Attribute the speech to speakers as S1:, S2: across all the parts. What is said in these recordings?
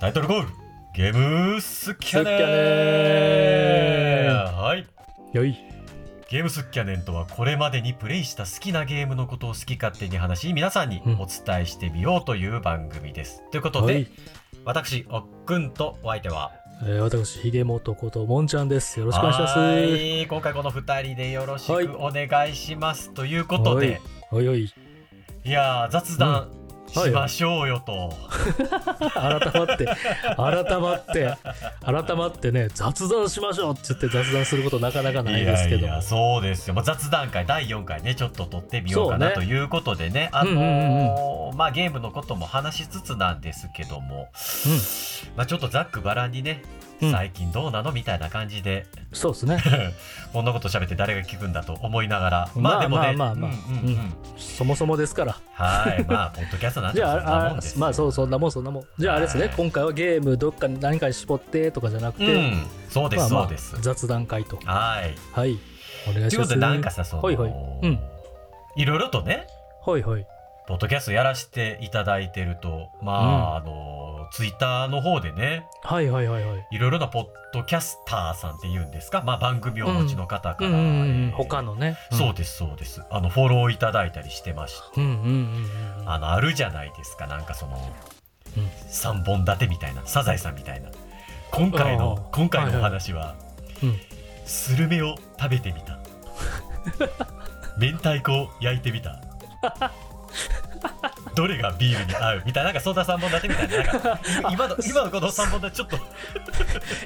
S1: タイトルコールゲームスキャネ
S2: スキャネ
S1: ンはい
S2: よい
S1: ゲームスキャネンとはこれまでにプレイした好きなゲームのことを好き勝手に話し皆さんにお伝えしてみようという番組です、ということで、
S2: はい
S1: 私おっくんとお相手は
S2: えー私ひげもとこともんちゃんですよろしくお願いします
S1: は
S2: は
S1: ーい今回この2人でよろし
S2: はい
S1: くお願いします、ということで、
S2: いはい
S1: い、やー雑談
S2: はい
S1: しましょうよと、
S2: 改まって改まって改まってね雑談しましょうって言って雑談することなかなかないですけど
S1: いやいやそうですよ、まあ、雑談会第4回ねちょっと撮ってみようかな
S2: そ
S1: と
S2: うね
S1: いうことでねあのー
S2: うん
S1: まあゲームのことも話しつつなんですけども、まあ、ちょっとざっくばらんにね
S2: うん
S1: 最近どうなのみたいな感じで、
S2: そうですね
S1: こんなこと喋って誰が聞くんだと思いながら
S2: ま
S1: ま
S2: あ
S1: あでもね
S2: まあまあまあ
S1: うんうんうん
S2: うそもそもですから
S1: はい まあポッドキャストなんて
S2: じ
S1: そん
S2: ゃあ
S1: なもん
S2: あ
S1: ですよ
S2: まあそうそんなもんそんなもんじゃああれです
S1: は
S2: ね
S1: い
S2: 今回はゲームどっかに何かに絞ってとかじゃなく
S1: う
S2: て、
S1: んそうです
S2: まあまあ
S1: そうです、
S2: 雑談会と
S1: はい
S2: はいお願
S1: と
S2: い
S1: い
S2: し
S1: うこ
S2: ま
S1: と
S2: す
S1: でなんかさその、
S2: はいいはいうん
S1: ろいろとね
S2: はいはい
S1: ポッドキャストやらせていただいてると、まあ、あの、ツイッターの方でね、
S2: はいはいはいはい
S1: いろいろなポッドキャスターさんって言うんですか、まあ、番組をお持ちの方か
S2: う
S1: ら、
S2: んうんうん
S1: えー
S2: 他のね、ん
S1: そうです、そうです。あの、フォローいただいたりしてまして、
S2: うんうんうんうん
S1: あの、あるじゃないですか、なんかその、
S2: うん
S1: 三本立てみたいな、サザエさんみたいな。今回の
S2: あ、ー
S1: 今回のお
S2: はいは
S1: 話は、
S2: うん
S1: スルメを食べてみた。明太子を焼いてみた。どれがビールに合うみたいな、なんかそんな3本立てみたいな、なんか今の今のこの3本立て、ちょっと、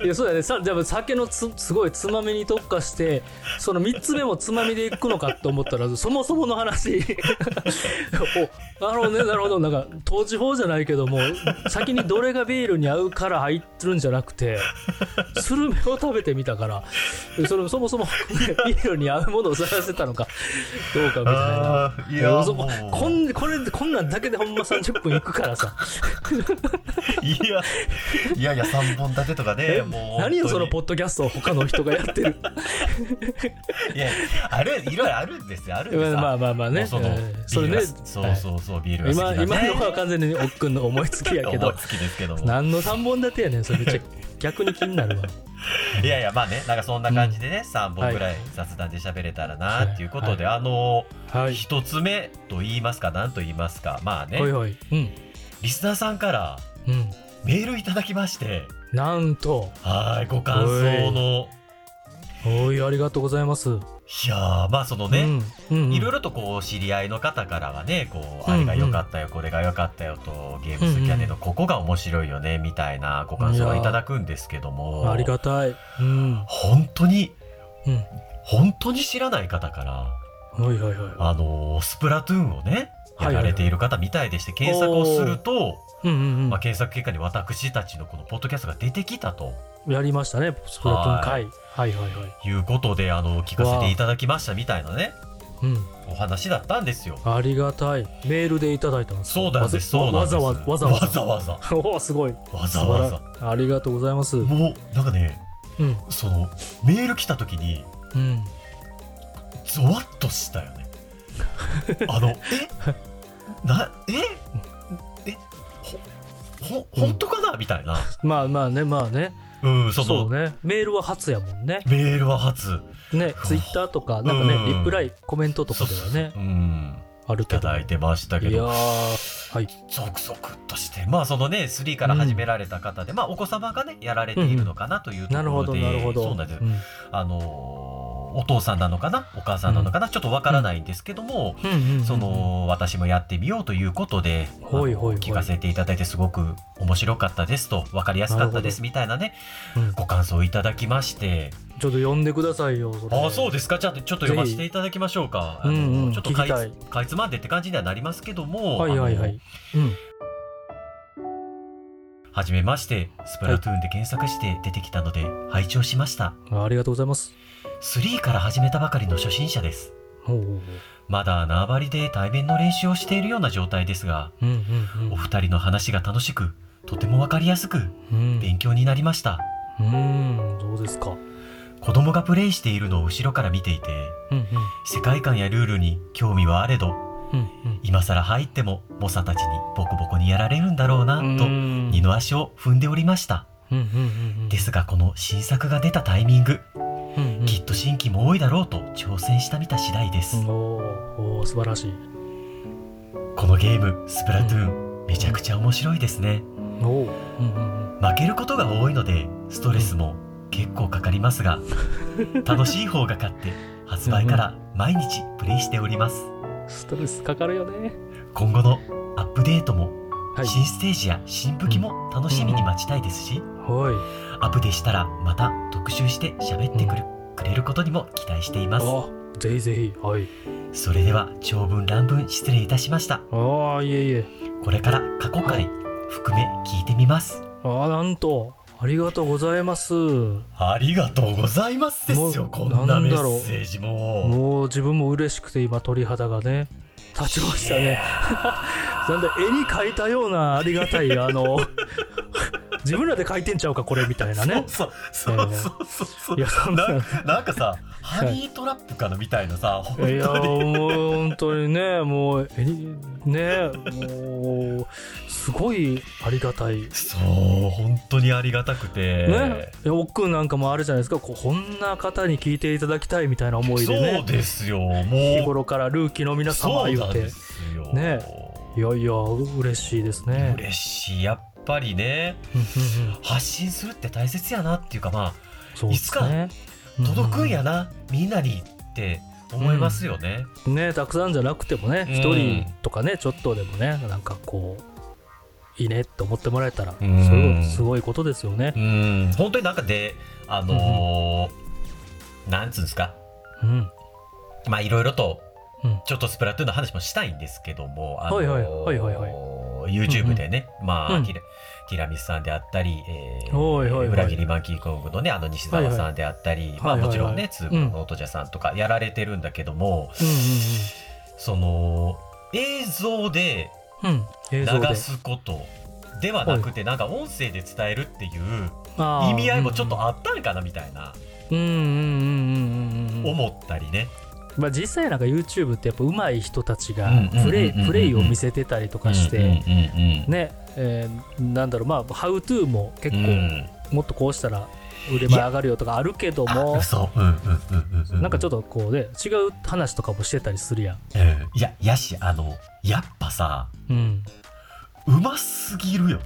S2: いやそうだねさでも酒のつすごいつまみに特化してその3つ目もつまみでいくのかと思ったらそもそもの話 おなるほどねなるほどなんか当時法じゃないけども先にどれがビールに合うから入ってるんじゃなくてスルメを食べてみたからそれそもそもビールに合うものを探してたのかどうかみたいな。
S1: あーい
S2: い
S1: や
S2: やそ
S1: も
S2: こ
S1: う
S2: こんこれこんなんだけでほんま30分いくからさ
S1: いや、いやいや、3本立てとかね、
S2: え
S1: もう。
S2: 何よそ
S1: 本
S2: の
S1: 当に
S2: ポッドキャストを他の人がやってる
S1: いや、ある、いろいろあるんですよ、あるんですよ。
S2: まあまあまあね
S1: もうその、
S2: え
S1: ビール
S2: ー
S1: が
S2: それね
S1: そうそうそう、ビールが好
S2: 今
S1: きだね。
S2: 今のは完全におっくんの思いつきやけ
S1: 思
S2: ど
S1: いつきですけども。
S2: 何の3本立てやねんそれめっちゃ逆に気にな るわ
S1: いやいや、まあね、なんかそんな感じでね、3本ぐらい雑談で喋れたらな、っていうことで、あの、
S2: はい
S1: 一つ目と言いますか、何と言いますか、まあね、
S2: はいはいうん
S1: リスナーさんから
S2: うん
S1: メールいただきまして、
S2: なんと
S1: はい、ご感想の、
S2: おいありがとうございます
S1: いやー、まあそのね、
S2: うんうんうん
S1: いろいろとこう知り合いの方からはねこう
S2: うん
S1: あ
S2: うん
S1: れが良かったよ、これが良かったよとゲーム好きやねの、
S2: うん
S1: ここが面白いよねみたいなご感想はいただくんですけども
S2: ありがたいうん
S1: 本当に
S2: うん
S1: 本当に知らない方から
S2: はいはいは
S1: あのースプラトゥーンをね
S2: は
S1: や
S2: い
S1: られている方みたいでして、検索をすると、
S2: いうんうん
S1: まあ、検索結果に私たちのこのポッドキャストが出てきたと
S2: うんやりましたねスプラトゥーン会はいはいはい
S1: いうことであの聞かせていただきましたみたいなね
S2: うん
S1: お話だったんですよ。
S2: ありがたいメールでいただいたんです
S1: そうなんです、そうなん
S2: わ
S1: です。
S2: ざわざわざ
S1: わ
S2: わ
S1: ざ
S2: ざ
S1: わざ。
S2: おおすごい
S1: わざ
S2: 素
S1: わ
S2: 晴
S1: ざ。
S2: らありがとうございますうん
S1: もうなんかね
S2: うん
S1: そのメール来た時にゾワッとした よねあのえなええほほ本当かなみたいな
S2: まあまあねまあね
S1: うんその
S2: そうねメールは初やもんね
S1: メールは初
S2: ねツイッターとかなんかね、
S1: うん
S2: リプライコメントとかではね
S1: うん
S2: ある
S1: い
S2: け
S1: た
S2: ど
S1: だいてましたけ
S2: いやー
S1: ど
S2: はい
S1: ゾクゾクっとしてまあそのね3から始められた方で、まあお子様がねやられているのかなというところで、
S2: なるほどなるほど
S1: そうなんです、
S2: うん
S1: あのーお父さんなのかなお母さんなのかな、ちょっとわからないんですけども、
S2: うんうんうん
S1: その私もやってみようということで、
S2: ほいほいほい
S1: あの聞かせていただいてすごく面白かったですと分かりやすかったですみたいなね
S2: うんちょ
S1: ご感想をいただきまして
S2: っと呼んでくださいよそれ
S1: ああそうですかじゃあちょっと読ませていただきましょうかあ
S2: う
S1: の、
S2: んうん
S1: ちょっとかい
S2: 聞きたい
S1: かいつまんでって感じにはなりますけども
S2: はいはいは
S1: あの
S2: いうん
S1: はじめましてスプラトゥーンで検索して出てきたので拝聴しました
S2: あありがとうございます
S1: 3から始めたばかりの初心者です
S2: ほうほうほう
S1: まだ縄張りで対面の練習をしているような状態ですが
S2: うん
S1: お二人の話が楽しくとても分かりやすく
S2: うんうん
S1: 勉強になりました
S2: うんうんそうですか
S1: 子供がプレイしているのを後ろから見ていて
S2: うんうん
S1: 世界観やルールに興味はあれど
S2: うん
S1: 今更入っても猛者たちにボコボコにやられるんだろうな
S2: うん
S1: と
S2: うん
S1: 二の足を踏んでおりました
S2: うんうんうん
S1: ですがこの新作が出たタイミング
S2: うんうん
S1: きっと新規も多いだろうと挑戦したみた次第です
S2: おーおー素晴らしい
S1: このゲームスプラトゥーンめちゃくちゃ面白いですね
S2: おおうんうん
S1: 負けることが多いのでストレスも結構かかります が楽しい方が勝って発売から毎日プレイしております
S2: うんストレスかかるよね
S1: 今後のアップデートも
S2: はい
S1: 新ステージや新武器も楽しみに待ちたいですし
S2: はい
S1: アップデートしたらまた特集して喋ってくるくれることにも期待しています
S2: あぜひぜひはい
S1: それでは長文乱文失礼いたしました
S2: ああいえいえ
S1: これから過去
S2: は
S1: 回含め聞いてみます
S2: ああなんとありがとうございます
S1: ありがとうございますですよ
S2: もう
S1: こんなメッセージも
S2: もう自分も嬉しくて今鳥肌がね立ちました ねなんだ絵に描いたようなありがたいあの 自分らで描いてんちゃうかこれみたいなね
S1: そうそうそうそうそうそう
S2: いやそんな
S1: ななんかさ「ハニートラップ」かなみたいなさ本当
S2: いや
S1: に
S2: もう本当にねもうえねもうすごいありがたい。
S1: そう本当にありがたくて、
S2: ね、え奥君なんかもあるじゃないですかこうこんな方に聞いていただきたいみたいな思いで
S1: そう
S2: ね
S1: ですよ
S2: 日
S1: もう
S2: 頃からルーキーの皆様
S1: そう
S2: 言
S1: な
S2: っ
S1: ん
S2: てい
S1: ですよ
S2: ねやいや嬉しいですね
S1: 嬉しいやっぱりね
S2: うんうんうん
S1: 発信するって大切やなっていうかま
S2: そうですね
S1: あ届くんやな、みんなにって思いますよね、
S2: うんねたくさんじゃなくてもね
S1: うん
S2: 一、人とかねちょっとでもねなんかこういいねって思ってもらえたら、
S1: うん
S2: すごいすごいことですよね
S1: う、ん、本当になんかであのーなんつうんですか
S2: うん
S1: まあいろいろと
S2: うん
S1: ちょっとスプラトゥーンの話もしたいんですけども、あの
S2: はいはいはいはいはい
S1: YouTube でね、まあ、
S2: うん
S1: ティラティラミスさんであったり、えー
S2: はいはいはい
S1: 裏切りマンキーコングのねあの西澤さんであったり、まあ、
S2: はいはいはい
S1: もちろんね通のノートジャさんとかやられてるんだけども、
S2: うん
S1: その映像で
S2: うんうん、映像で
S1: 流すことではなくてなんか音声で伝えるっていう
S2: あー
S1: 意味合いもちょっとあったんかなみたいな
S2: うんうんうんうんうんうんうん
S1: 思ったりね。
S2: まあ実際なんか YouTube ってやっぱ上手い人たちが
S1: うんうんうんうんうん
S2: プレイプレイを見せてたりとかして、
S1: うんうんうんうん
S2: ね、えーなんだろうまあハウトゥーも結
S1: う
S2: 構
S1: ん
S2: もっとこうしたら腕前上がるよとかあるけども
S1: あそううんうんうんうんうん
S2: なんかちょっとこうね違う話とかもしてたりするやん、
S1: うんいや、やし、あの、やっぱさ、
S2: うん、
S1: うますぎるよ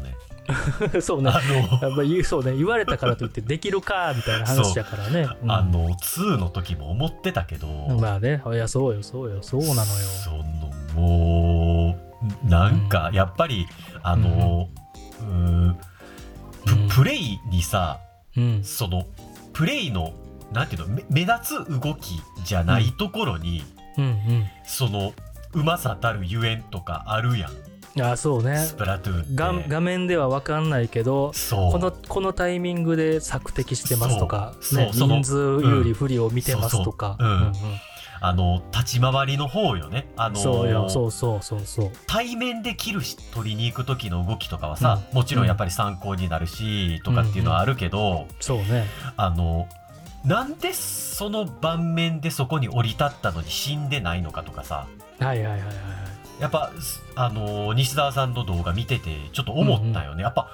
S1: ね。
S2: そうね
S1: あ
S2: やっぱ言うそうね言われたからといってできるかみたいな話やからね、うん
S1: の、 あの、2の時も思ってたけど、
S2: まあねいやそうよそうよそうなのよ
S1: その、もう、なんか、やっぱり、あの、うーんプ
S2: うん
S1: プレイにさ、
S2: うん
S1: その、プレイの、なんていうの、め目立つ動きじゃないところに、
S2: うん
S1: その、うまさたるゆえんとかあるやん、
S2: うんあそうね
S1: スプラトゥーンって。
S2: 画画面では分かんないけど
S1: そう。
S2: このこのタイミングで索敵してますとか、
S1: そう
S2: ね、
S1: そうその
S2: 人数有利不利を見てますとか、
S1: そうそううんあの立ち回りの方よね。あの
S2: そうよそうそうそうそう
S1: 対面で切るし取りに行く時の動きとかはさ、もちろんやっぱり参考になるし、とかっていうのはあるけど、
S2: そうね
S1: あのなんでその盤面でそこに降り立ったのに死んでないのかとかさ
S2: はいはいはいはい
S1: やっぱすあの西澤さんの動画見ててちょっと思ったよね、やっぱ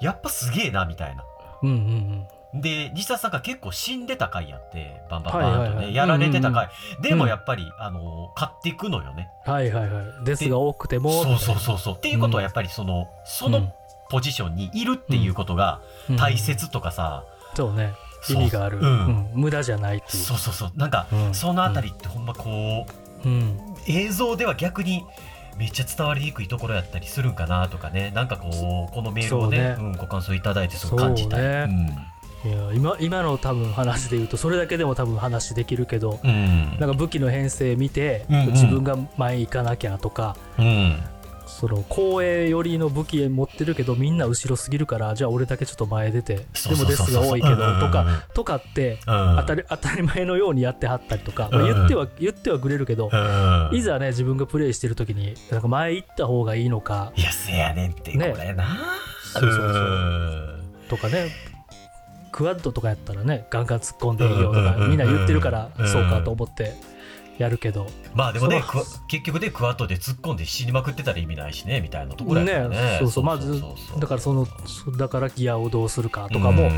S1: やっぱすげえなみたいな。
S2: うんうんうん
S1: で西田さんが結構死んでた回やってバンバンバンとね、
S2: はいはいはい
S1: やられてた回、で
S2: う
S1: も
S2: ん
S1: やっぱり、あの買っていくのよね。
S2: はいはいはいですが多くても
S1: そうそうそうそう。っていうことはやっぱりその、そのポジションにいるっていうことが
S2: うん
S1: 大切とかさ、
S2: そうね
S1: そ
S2: 意
S1: う
S2: 味がある、
S1: う
S2: うん
S1: ん、
S2: 無駄じゃないっていう
S1: そうそうそうなんか、
S2: うん
S1: そのあたりってほんまこう
S2: うん
S1: 映像では逆にめっちゃ伝わりにくいところやったりするんかなとかねなんかこうこのメールをね
S2: そう
S1: うん、ご感想いただいてすごい感じたい
S2: そういや今今の多分話で言うとそれだけでも多分話できるけど
S1: うんうん
S2: なんか武器の編成見て、
S1: うんうん
S2: 自分が前に行かなきゃとか
S1: うん
S2: その後衛寄りの武器持ってるけどみんな後ろすぎるからじゃあ俺だけちょっと前出てで
S1: そう
S2: も
S1: そう
S2: デ
S1: そう
S2: ス
S1: そ
S2: が
S1: う
S2: 多いけどと
S1: うんうんうん
S2: かとかって
S1: 当
S2: 当たり当たり前のようにやってはったりとか、
S1: うん
S2: まあ、
S1: うん
S2: 言っては言ってはくれるけど
S1: うん
S2: いざね自分がプレイしてる時になんか前行った方がいいのか
S1: いやせやねんってこ
S2: ね
S1: れな、
S2: そうそうそう
S1: うん
S2: とかねクワッドとかやったらねガンガン突っ込んでいい
S1: う
S2: よと
S1: んうんうんう
S2: か
S1: ん
S2: みんな言ってるから
S1: うん
S2: そうかと思ってやるけど
S1: まあでもね
S2: そう
S1: クワ結局ねクワッドで突っ込んで死にまくってたら意味ないしねみたいなところやからね
S2: ねそうそうまずだからそのそうだからギアをどうするかとかも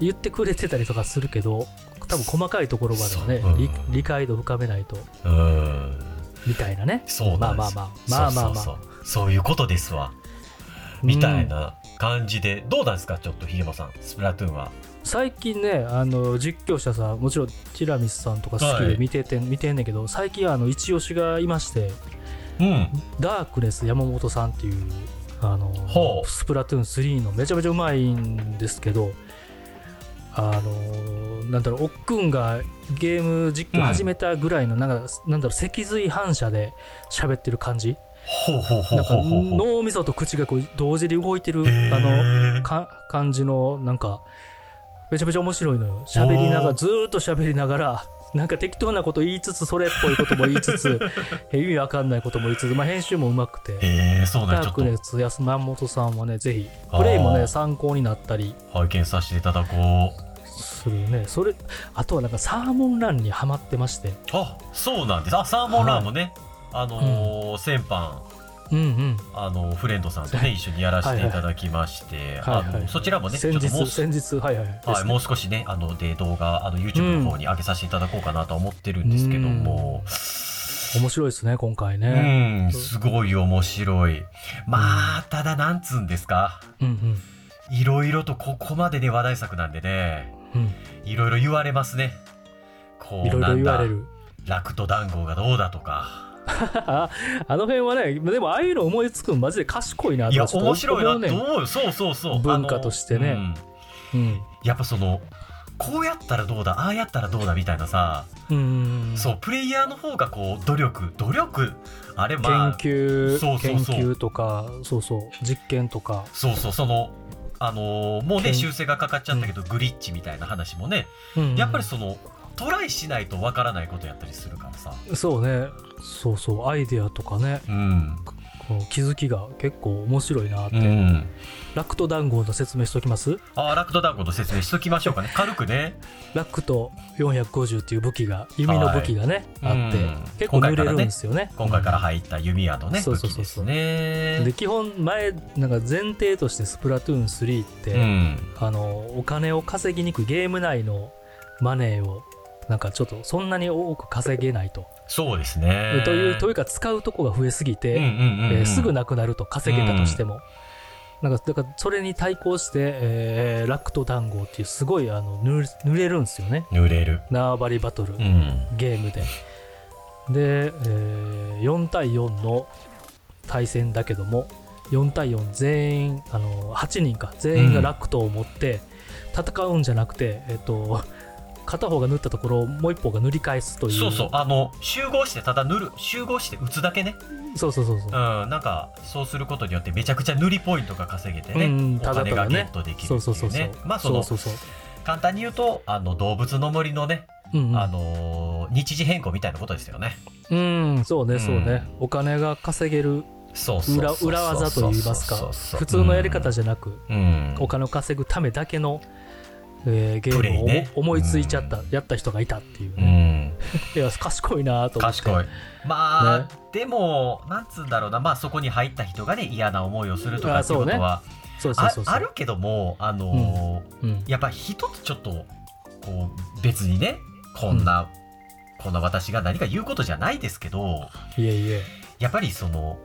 S2: 言ってくれてたりとかするけど多分細かいところまではね
S1: そう
S2: 理
S1: うん
S2: 理解度深めないと
S1: うんうん
S2: みたいなね
S1: そうなんですよ
S2: まあまあまあまあまあまあ
S1: そうそうそうそういうことですわみたいな感じで、どうなんですかちょっとひげまさんスプラトゥーンは
S2: 最近ねあの実況者さんもちろんティラミスさんとか好き
S1: は
S2: で
S1: い
S2: 見てて、見てんねんけど最近あの一押しがいまして
S1: うん
S2: ダークネス山本さんっていうあの
S1: ほう
S2: スプラトゥーン3のめちゃめちゃうまいんですけどあのなんだろうおっくんがゲーム実況始めたぐらいの、なんかなんだろう脊髄反射で喋ってる感じ
S1: ほうほうほう
S2: なんか
S1: ほうほうほう
S2: 脳みそと口がこう同時に動いてる
S1: へー
S2: あのか感じのなんかめちゃめちゃ面白いのよ喋りなが
S1: お
S2: ら
S1: ー
S2: ずーっと喋りながらなんか適当なこと言いつつそれっぽいことも言い つつえ意味わかんないことも言いつつ、まあ、編集もうまくて
S1: えー、そうなんや
S2: ダ
S1: ちょ
S2: ー
S1: っ
S2: クネス安間本さんはねぜひプレイも
S1: あ
S2: ね
S1: ー
S2: 参考になったり
S1: と拝見させていただこう
S2: するねそれあとはなんかサーモンランにはまってまして
S1: あそうなんですあサーモンラーもね、あのー先般
S2: うんうん
S1: あのーフレンドさんとね一緒にやらせていただきまして
S2: はいはい
S1: あのそちらもねちょ
S2: 先
S1: っと
S2: 日
S1: もうす
S2: 先日はいはいはい
S1: はい、もう少しね、あので動画、あの YouTube の方に上げさせていただこうかなとは思ってるんですけども、
S2: 面白いですね今回
S1: う
S2: ね、
S1: ん、すごい面白い。まあ、ただ、なんつうんですか、
S2: うん、うん
S1: いろいろとここまでで話題作なんでね、
S2: うん
S1: いろいろ言われますね。こ
S2: いうろい
S1: な
S2: ろ
S1: ん
S2: 言わ
S1: だ
S2: れ、る
S1: ラクト談合がどうだとか、
S2: ああの辺はね、でもああいうの思いつくのマジで賢いなと
S1: いや、
S2: ちょっと
S1: 面白いなって
S2: 思うね
S1: 思うよ、そうそうそう。
S2: 文化としてね
S1: あのうん
S2: うん
S1: やっぱその、こうやったらどうだ、ああやったらどうだみたいなさ、
S2: うん
S1: そう、プレイヤーの方がこう、努力、努力、あれ、まあ、
S2: 研究
S1: そうそうそう
S2: 研究とかそうそう実験とか、
S1: そうそう、その、あのーもう
S2: け
S1: ね、
S2: ん
S1: 修正がかかっちゃったけど、グリッチみたいな話もね、
S2: うん
S1: やっぱりその、トライしないとわからないことやったりするからさ。
S2: そうねそうそうアイデアとかね
S1: うん。
S2: こう気づきが結構面白いなって、
S1: うん。
S2: ラクト団子の説明しときます
S1: あーラクトダンゴの説明しときましょう かね。軽くね。
S2: ラクト450っていう武器が弓の武器がね、
S1: はい
S2: あって、
S1: うん
S2: 結構
S1: 今
S2: 濡
S1: 回
S2: れ
S1: からね
S2: るんですよね
S1: 今回から入った弓矢のね、
S2: そう
S1: 武
S2: そう
S1: 器
S2: そう
S1: で
S2: そ
S1: す
S2: う
S1: ね。
S2: で基本前なんか前提としてスプラトゥーン3って、
S1: うん。
S2: あのお金を稼ぎにくいゲーム内のマネーをなんかちょっとそんなに多く稼げないと、
S1: そうですね。
S2: というというか使うとこが増えすぎて、
S1: うんうんうんうん
S2: えーすぐなくなると稼げたとしても、なんかだからそれに対抗して、えーラクト談合っていうすごいあの濡れ濡れるんですよね
S1: 濡れる。
S2: 縄張りバトル、
S1: うん。
S2: ゲームでで、えー4対4の対戦だけども4対4全員あの8人か全員がラクトを持って戦うんじゃなくて、えっと片方が塗ったところをもう一方が塗り返すという
S1: そうそう、あの、集合して、ただ塗る、集合して打つだけね。
S2: そうそうそうそう
S1: うん、なんか、そうすることによって、めちゃくちゃ塗りポイントが稼げて
S2: う
S1: ね、
S2: ん
S1: お
S2: ただ
S1: 金
S2: た
S1: が
S2: だ
S1: ゲ
S2: ね
S1: ットできるって
S2: そ
S1: いうう
S2: そうそうそう
S1: ね。まあ、その、
S2: そうそうそ
S1: 簡単に言うとあの動物の森のね、
S2: ううんうん
S1: あのー日時変更みたいなことですよね。
S2: うんそうねそうね、お金が稼げる
S1: そうそう
S2: 裏
S1: そう
S2: 裏技といいます
S1: そ
S2: か
S1: うそうそう
S2: 普通のやり方じゃなく、
S1: うん
S2: お金を稼ぐためだけの、えーゲーム
S1: プ
S2: を
S1: レイね
S2: 思いついちゃった、やった人がいたっていう
S1: う
S2: ね、
S1: ん、
S2: いや賢いなと思って
S1: 賢いまあ、
S2: ね
S1: でもなんつうんだろうなまあそこに入った人がね嫌な思いをするとか
S2: あ
S1: っていうことは
S2: そうそ
S1: あ,、
S2: うそうそう
S1: あるけどもあのー
S2: うん
S1: やっぱ一つちょっとこう別にねこんな、こんな私が何か言うことじゃないですけど
S2: いえいえ
S1: やっぱりその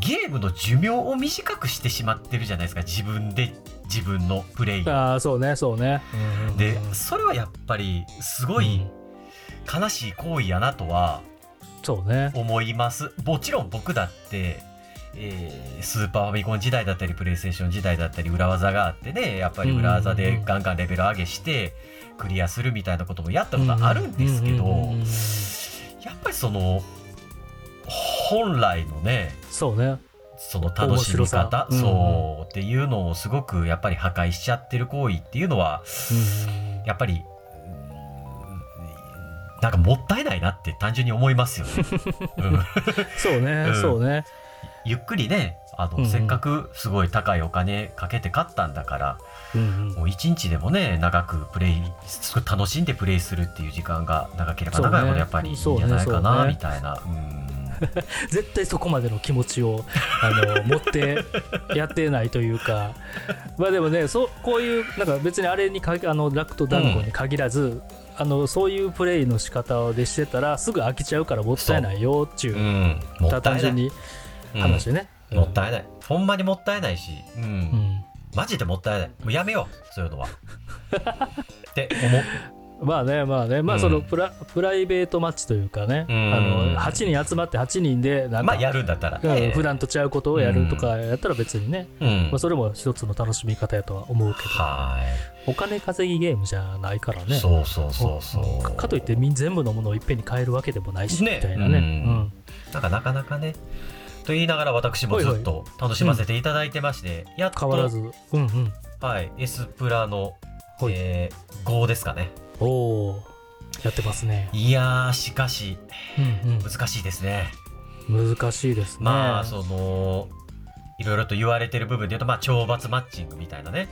S1: ゲームの寿命を短くしてしまってるじゃないですか自分で自分のプレイを
S2: ああそうねそうね、うんうんうん
S1: でそれはやっぱりすご
S2: う
S1: い
S2: ん
S1: 悲しい行為やなとは
S2: そうね
S1: 思いますもちろん僕だって、えースーパーファミコン時代だったりプレイステーション時代だったり裏技があってねやっぱり裏技
S2: うんうん
S1: で
S2: うん
S1: ガンガンレベル上げしてクリアするみたいなこともやったことあるんですけど
S2: うんうんうんうん
S1: やっぱりその本来のね
S2: そうね
S1: その楽しみ方、
S2: 面白さうん
S1: そうっていうのをすごくやっぱり破壊しちゃってる行為っていうのは
S2: うん
S1: やっぱりうんなんかもったいないな って単純に思いますよね。うん
S2: そうね、
S1: うん
S2: そうね
S1: ゆっくりねあの、
S2: うんうん
S1: せっかくすごい高いお金かけて買ったんだから
S2: うん
S1: もう一日でもね長くプレイすごい楽しんでプレイするっていう時間が長ければ長いほ
S2: そう
S1: ど
S2: ね
S1: やっぱりいいんじゃないか
S2: そう
S1: な、
S2: ね
S1: みたいな。うん
S2: 絶対そこまでの気持ちをあ の持ってやってないというかまあでもねそうこういうなんか別にあれにかあのラクト団子に限らず、あのそういうプレイの仕方でしてたらすぐ飽きちゃうからもったいないよっていう
S1: う、ん、も
S2: ただ
S1: った
S2: 単
S1: いな
S2: 純
S1: い、
S2: に話でね、
S1: うんもったいないほんまにもったいないし、うん
S2: うん、
S1: マジでもったいないもうやめようそういうの はって思う
S2: まあねまあねま
S1: う
S2: あ
S1: ん
S2: そのプラ,、プライベートマッチというかね、
S1: うん
S2: あの8人集まって8人でなん
S1: ま
S2: か、
S1: あやるんだったら、
S2: うん
S1: ええ
S2: 普段と違うことをやるとかやったら別にね、
S1: うん
S2: まあ、それも一つの楽しみ方やとは思うけど
S1: は
S2: お金稼ぎゲームじゃないから
S1: い、
S2: ね
S1: そうそうそうそう
S2: かかといってみ全部のものをいっぺんに買えるわけでもないし、
S1: ね
S2: みたいなね、
S1: うんなんかなかなかねと言いながら私もずっと楽しませていただいてまして、やっと
S2: 変わらずうんうん
S1: はい、エスプラの、
S2: ほい
S1: えー、5ですかね
S2: おおやってますね、
S1: いやーしかし
S2: うん
S1: 難しいですね
S2: うん、難しいですね
S1: まあそのいろいろと言われてる部分で言うとまあ懲罰マッチングみたいなね、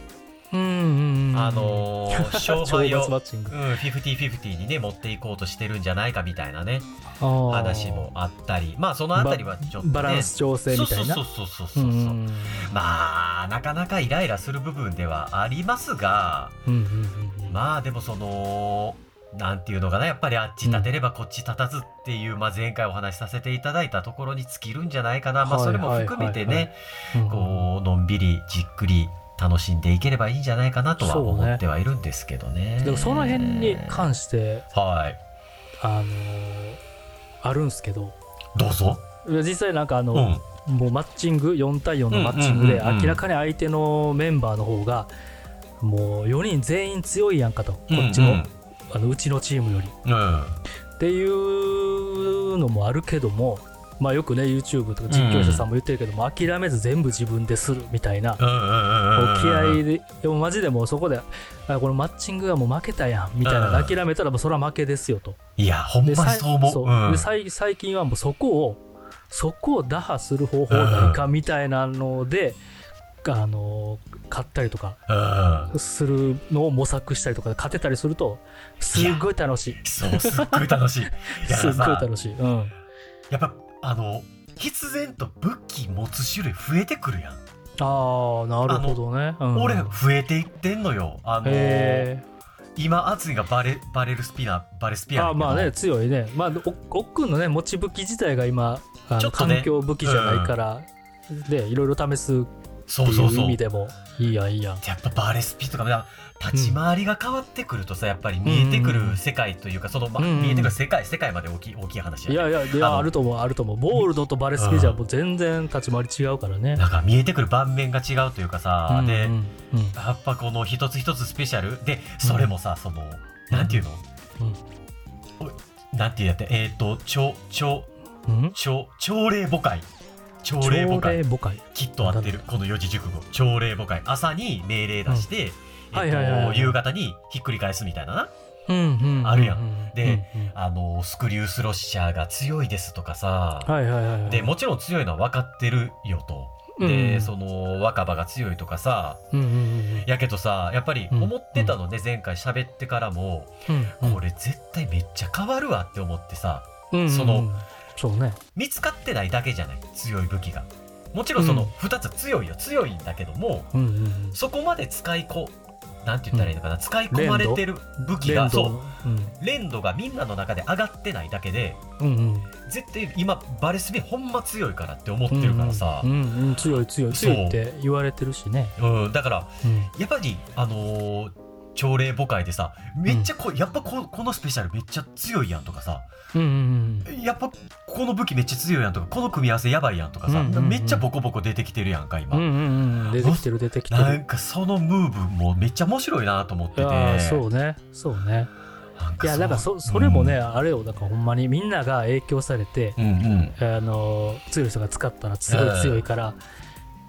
S2: う、うんうんうん、
S1: あの ー勝敗
S2: 懲
S1: を
S2: 罰マッチング
S1: うん、50-50にね持っていこうとしてるんじゃないかみたいなね
S2: あー
S1: 話もあったりまあそのあたりはちょっと、ね、
S2: バランス調整みたいな
S1: そうそうそうそうそうそう、
S2: うんうん
S1: まあなかなかイライラする部分ではありますが
S2: うんうんうんうん
S1: まあでもそのなんていうのかなやっぱりあっち立てればこっち立たずっていう、まあ、前回お話しさせていただいたところに尽きるんじゃないかな、まあ、
S2: はい
S1: それも含めて
S2: はい
S1: ね
S2: うん
S1: こうのんびりじっくり楽しんでいければいいんじゃないかなとは
S2: そうね
S1: 思ってはいるんですけどね。
S2: でもその辺に関して
S1: はい
S2: あのーあるんすけど
S1: どうぞ、
S2: 実際なんかあの、
S1: うん、
S2: もうマッチング4対4のマッチン
S1: う
S2: グ
S1: ん
S2: で
S1: うんうんうん
S2: 明らかに相手のメンバーの方がもう4人全員強いやんかとこっちの,、
S1: うん
S2: あのうちのチームより
S1: うんうん
S2: っていうのもあるけども、まあ、よくね YouTube とか実況者さんも言ってるけども、諦めず全部自分でするみたいな、
S1: うんうんうんうん
S2: 気合ででもマジでもうそこであこのマッチングがもう負けたやんみたいな、
S1: うん
S2: 諦めたらもうそれは負けですよと。
S1: いやほんま
S2: で
S1: に
S2: さい
S1: そう思う
S2: そう
S1: うん
S2: でさい最近はもうそこをそこを打破する方法ないかみたいなので、あの買ったりとか
S1: うん
S2: するのを模索したりとか勝てたりするとすっごい楽しい
S1: そうすっごい楽しいだか
S2: すっ
S1: ら
S2: ごい
S1: さ
S2: 楽しい、うん、
S1: やっぱあの必然と武器持つ種類増えてくるやん、
S2: ああなるほどね、うん、
S1: 俺増えていってんのよあの
S2: え
S1: 今熱いがバレバレルスピナーバレスピ
S2: ー、
S1: ア
S2: あーまあね強いねまあおおっくんのね持ち武器自体が今あの
S1: ちょっとね
S2: 環境武器じゃないから、でいろいろ試すって
S1: そう
S2: い
S1: そう
S2: う
S1: そ
S2: 意
S1: う
S2: 味でもいいやんいいやん
S1: やっぱバレスピとかだから立ち回りが変わってくるとさやっぱり見えてくる世界というかその、まあ
S2: うんうん
S1: 見えてくる世界世界まで大きい大きい話
S2: い
S1: や
S2: やいやい
S1: あの
S2: やあると思うあると思うボールドとバレスピじゃもう全然立ち回り違うからね。
S1: なんか見えてくる盤面が違うというかさ、
S2: うん
S1: で
S2: うん
S1: やっぱこの一つ一つスペシャルでそれもさ、そのなんていうの、おなんていうんだってえっ、ー、と朝朝
S2: うんうん
S1: 朝朝礼母会朝
S2: 朝
S1: 礼
S2: 礼
S1: 母
S2: 母
S1: 会
S2: 会
S1: きっと合ってるこの四字熟語朝礼母会朝に命令出して、
S2: うん
S1: えっと
S2: はいはいはいはい
S1: 夕方にひっくり返すみたいなな
S2: うんうんうん
S1: あるやん
S2: うん
S1: で
S2: うんうん
S1: あのスクリュースロッシャーが強いですとかさ、
S2: はいはいはいはい
S1: でもちろん強いのは分かってるよと。
S2: うんう
S1: で、
S2: ん
S1: その若葉が強いとかさ
S2: うんうんうん
S1: やけどさやっぱり思ってたのね、前回喋ってからも、
S2: うん
S1: これ絶対めっちゃ変わるわって思ってさ
S2: うんうん
S1: その
S2: うんそうね
S1: 見つかってないだけじゃない強い武器がもちろんその2つ強いよ強いんだけども
S2: うんうんうん
S1: そこまで使いこなんて言ったらいいのかな、使い込まれてる武器
S2: 連
S1: が
S2: 動
S1: そう
S2: うん
S1: 連動がみんなの中で上がってないだけで
S2: うんうん
S1: 絶対今バレスビほんま強いからって思ってるからさ
S2: う、んうんうん強い強い強いって言われてるしね
S1: うんだから
S2: うん
S1: やっぱりあのー朝礼母会でさめっちゃこ、うやっぱここのスペシャルめっちゃ強いやんとかさ
S2: うんうん
S1: やっぱこの武器めっちゃ強いやんとかこの組み合わせやばいやんとかさ、
S2: うんうんうん
S1: めっちゃボコボコ出てきてるやんか今、
S2: うんうんうんうん出てきてる出てきて
S1: な
S2: る
S1: んかそのムーブもめっちゃ面白いなと思ってて
S2: ああそうねそうね
S1: なん
S2: いや
S1: う
S2: なんかそそれもね、あれをなんかほんまにみんなが影響されて、
S1: うんうん
S2: あの強い人が使ったらすごい強いから、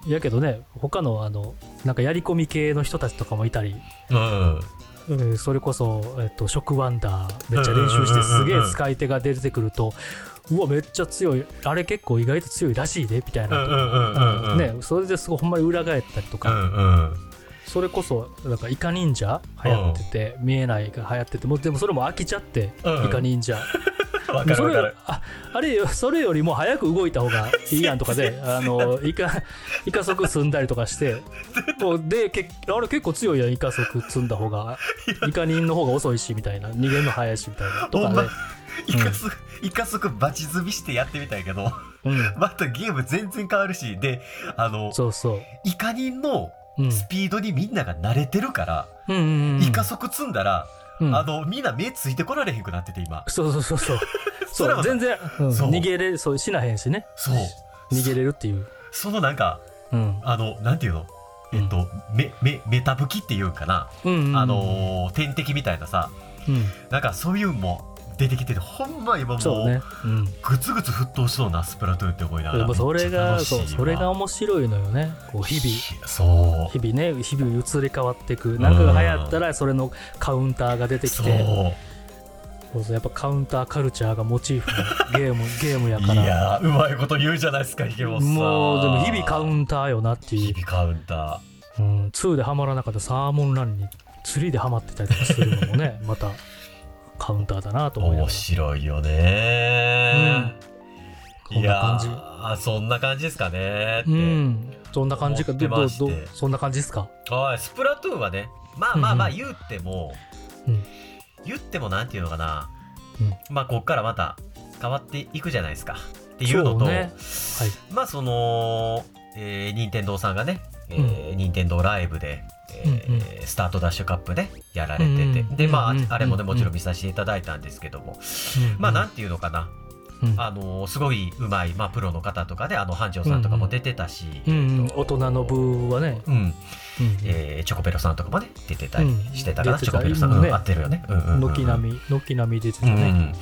S2: やけどね他のあのなんかやり込み系の人たちとかもいたり
S1: うん
S2: えーそれこそ、えっと、食ワンダーめっちゃ練習してすげえ使い手が出てくるとうわめっちゃ強いあれ結構意外と強いらしいでみたい
S1: うんう
S2: な、
S1: んうんうんうん
S2: ね、それですごいほんまに裏返ったりと
S1: う
S2: か、
S1: んうん
S2: それこそなんかイカ忍者流行ってて、見えないが流行っててもうでもそれも飽きちゃって、
S1: うん
S2: イカ忍者
S1: わかる
S2: そ
S1: わ
S2: れ
S1: か
S2: よ
S1: る
S2: ああれよそれよりも早く動いた方がいいやんとか
S1: 全
S2: で あのイカイカ足積んだりとかしてもうでけあれ結構強いやんイカ足積んだ方がイカ人の方が遅いしみたいな逃げるの早いしみたいなと
S1: ほんま
S2: かね、
S1: イカスイカスクバチ積みしてやってみたいけど
S2: うん、
S1: またゲーム全然変わるしであの
S2: そうそう、
S1: イカ人の
S2: うん、
S1: スピードにみんなが慣れてるから、
S2: うんうんうん
S1: イカ足積んだら、
S2: うん
S1: あのみんな目ついてこられへんくなってて今
S2: そうそうそうそう
S1: それ
S2: そ
S1: は
S2: う全然、うん
S1: そう
S2: 逃げれそうしなへんしね
S1: そう
S2: 逃げれるっていう、
S1: そのなんか
S2: うん、
S1: あのなんていうのえっと、めめメタブキっていうんかな、
S2: うんうんうん
S1: あのー天敵みたいなさ
S2: うん
S1: なんかそういうのも出てきててほんま今も
S2: そう
S1: う
S2: ね、うん、
S1: ぐつぐつ沸騰しそうなスプラトゥーンって思いなが
S2: で
S1: ら
S2: もそれ
S1: め
S2: が
S1: っちゃ
S2: そ
S1: 楽
S2: う
S1: しいわ
S2: それが面白いのよねこう日々
S1: 々そう
S2: 日々ね日々移り変わっていく何かが流行ったらそれのカウンターが出てき
S1: そう
S2: てそうそうやっぱカウンターカルチャーがモチーフ のゲームゲームやか
S1: い
S2: ら
S1: やーうまいこと言うじゃないですか池
S2: も
S1: 本
S2: う
S1: さん
S2: でも日々カウンターよなってい
S1: 日
S2: う、
S1: 々カウンタ
S2: うん、2でハマらなかったサーモンランに釣りでハマってたりとかするの もねまたカウンターだなと
S1: ー
S2: 思いな
S1: 面
S2: がら
S1: 白いよね
S2: こん
S1: い
S2: な
S1: や
S2: 感じ
S1: ーそんな感じですかねって、
S2: うんそんな感じか
S1: 思って
S2: ど
S1: ま
S2: ど
S1: して
S2: どそんな感じですか
S1: はいスプラトゥーンはねまあまあまあ
S2: うん
S1: 言っても、
S2: うん
S1: 言ってもなんていうのかな、
S2: う
S1: まあこっからまた変わっていくじゃないですかっていうのと
S2: そうねはい
S1: まあその、えー、任天堂さんがね、えー任天堂ライブで、えー
S2: うん
S1: スタートダッシュカップねやられてて、
S2: うん
S1: でまあ、
S2: うん
S1: あれもね
S2: うん
S1: もちろん見させていただいたんですけども、
S2: うん
S1: まあなんていうのかな、
S2: うん
S1: あのすごいうまい、まあ、プロの方とかねあの繁盛さんとかも出てたし、
S2: うんう
S1: え
S2: ん
S1: ーと
S2: 大人の部はね、
S1: うん
S2: うん
S1: えーチョコペロさんとかもね出てたりしてたかな、
S2: うん
S1: チョコペロさん、う
S2: 出て
S1: ん
S2: た
S1: 合ってるよね。うんうんうん
S2: 軒並み軒並み出てた
S1: うんう
S2: ね、
S1: ん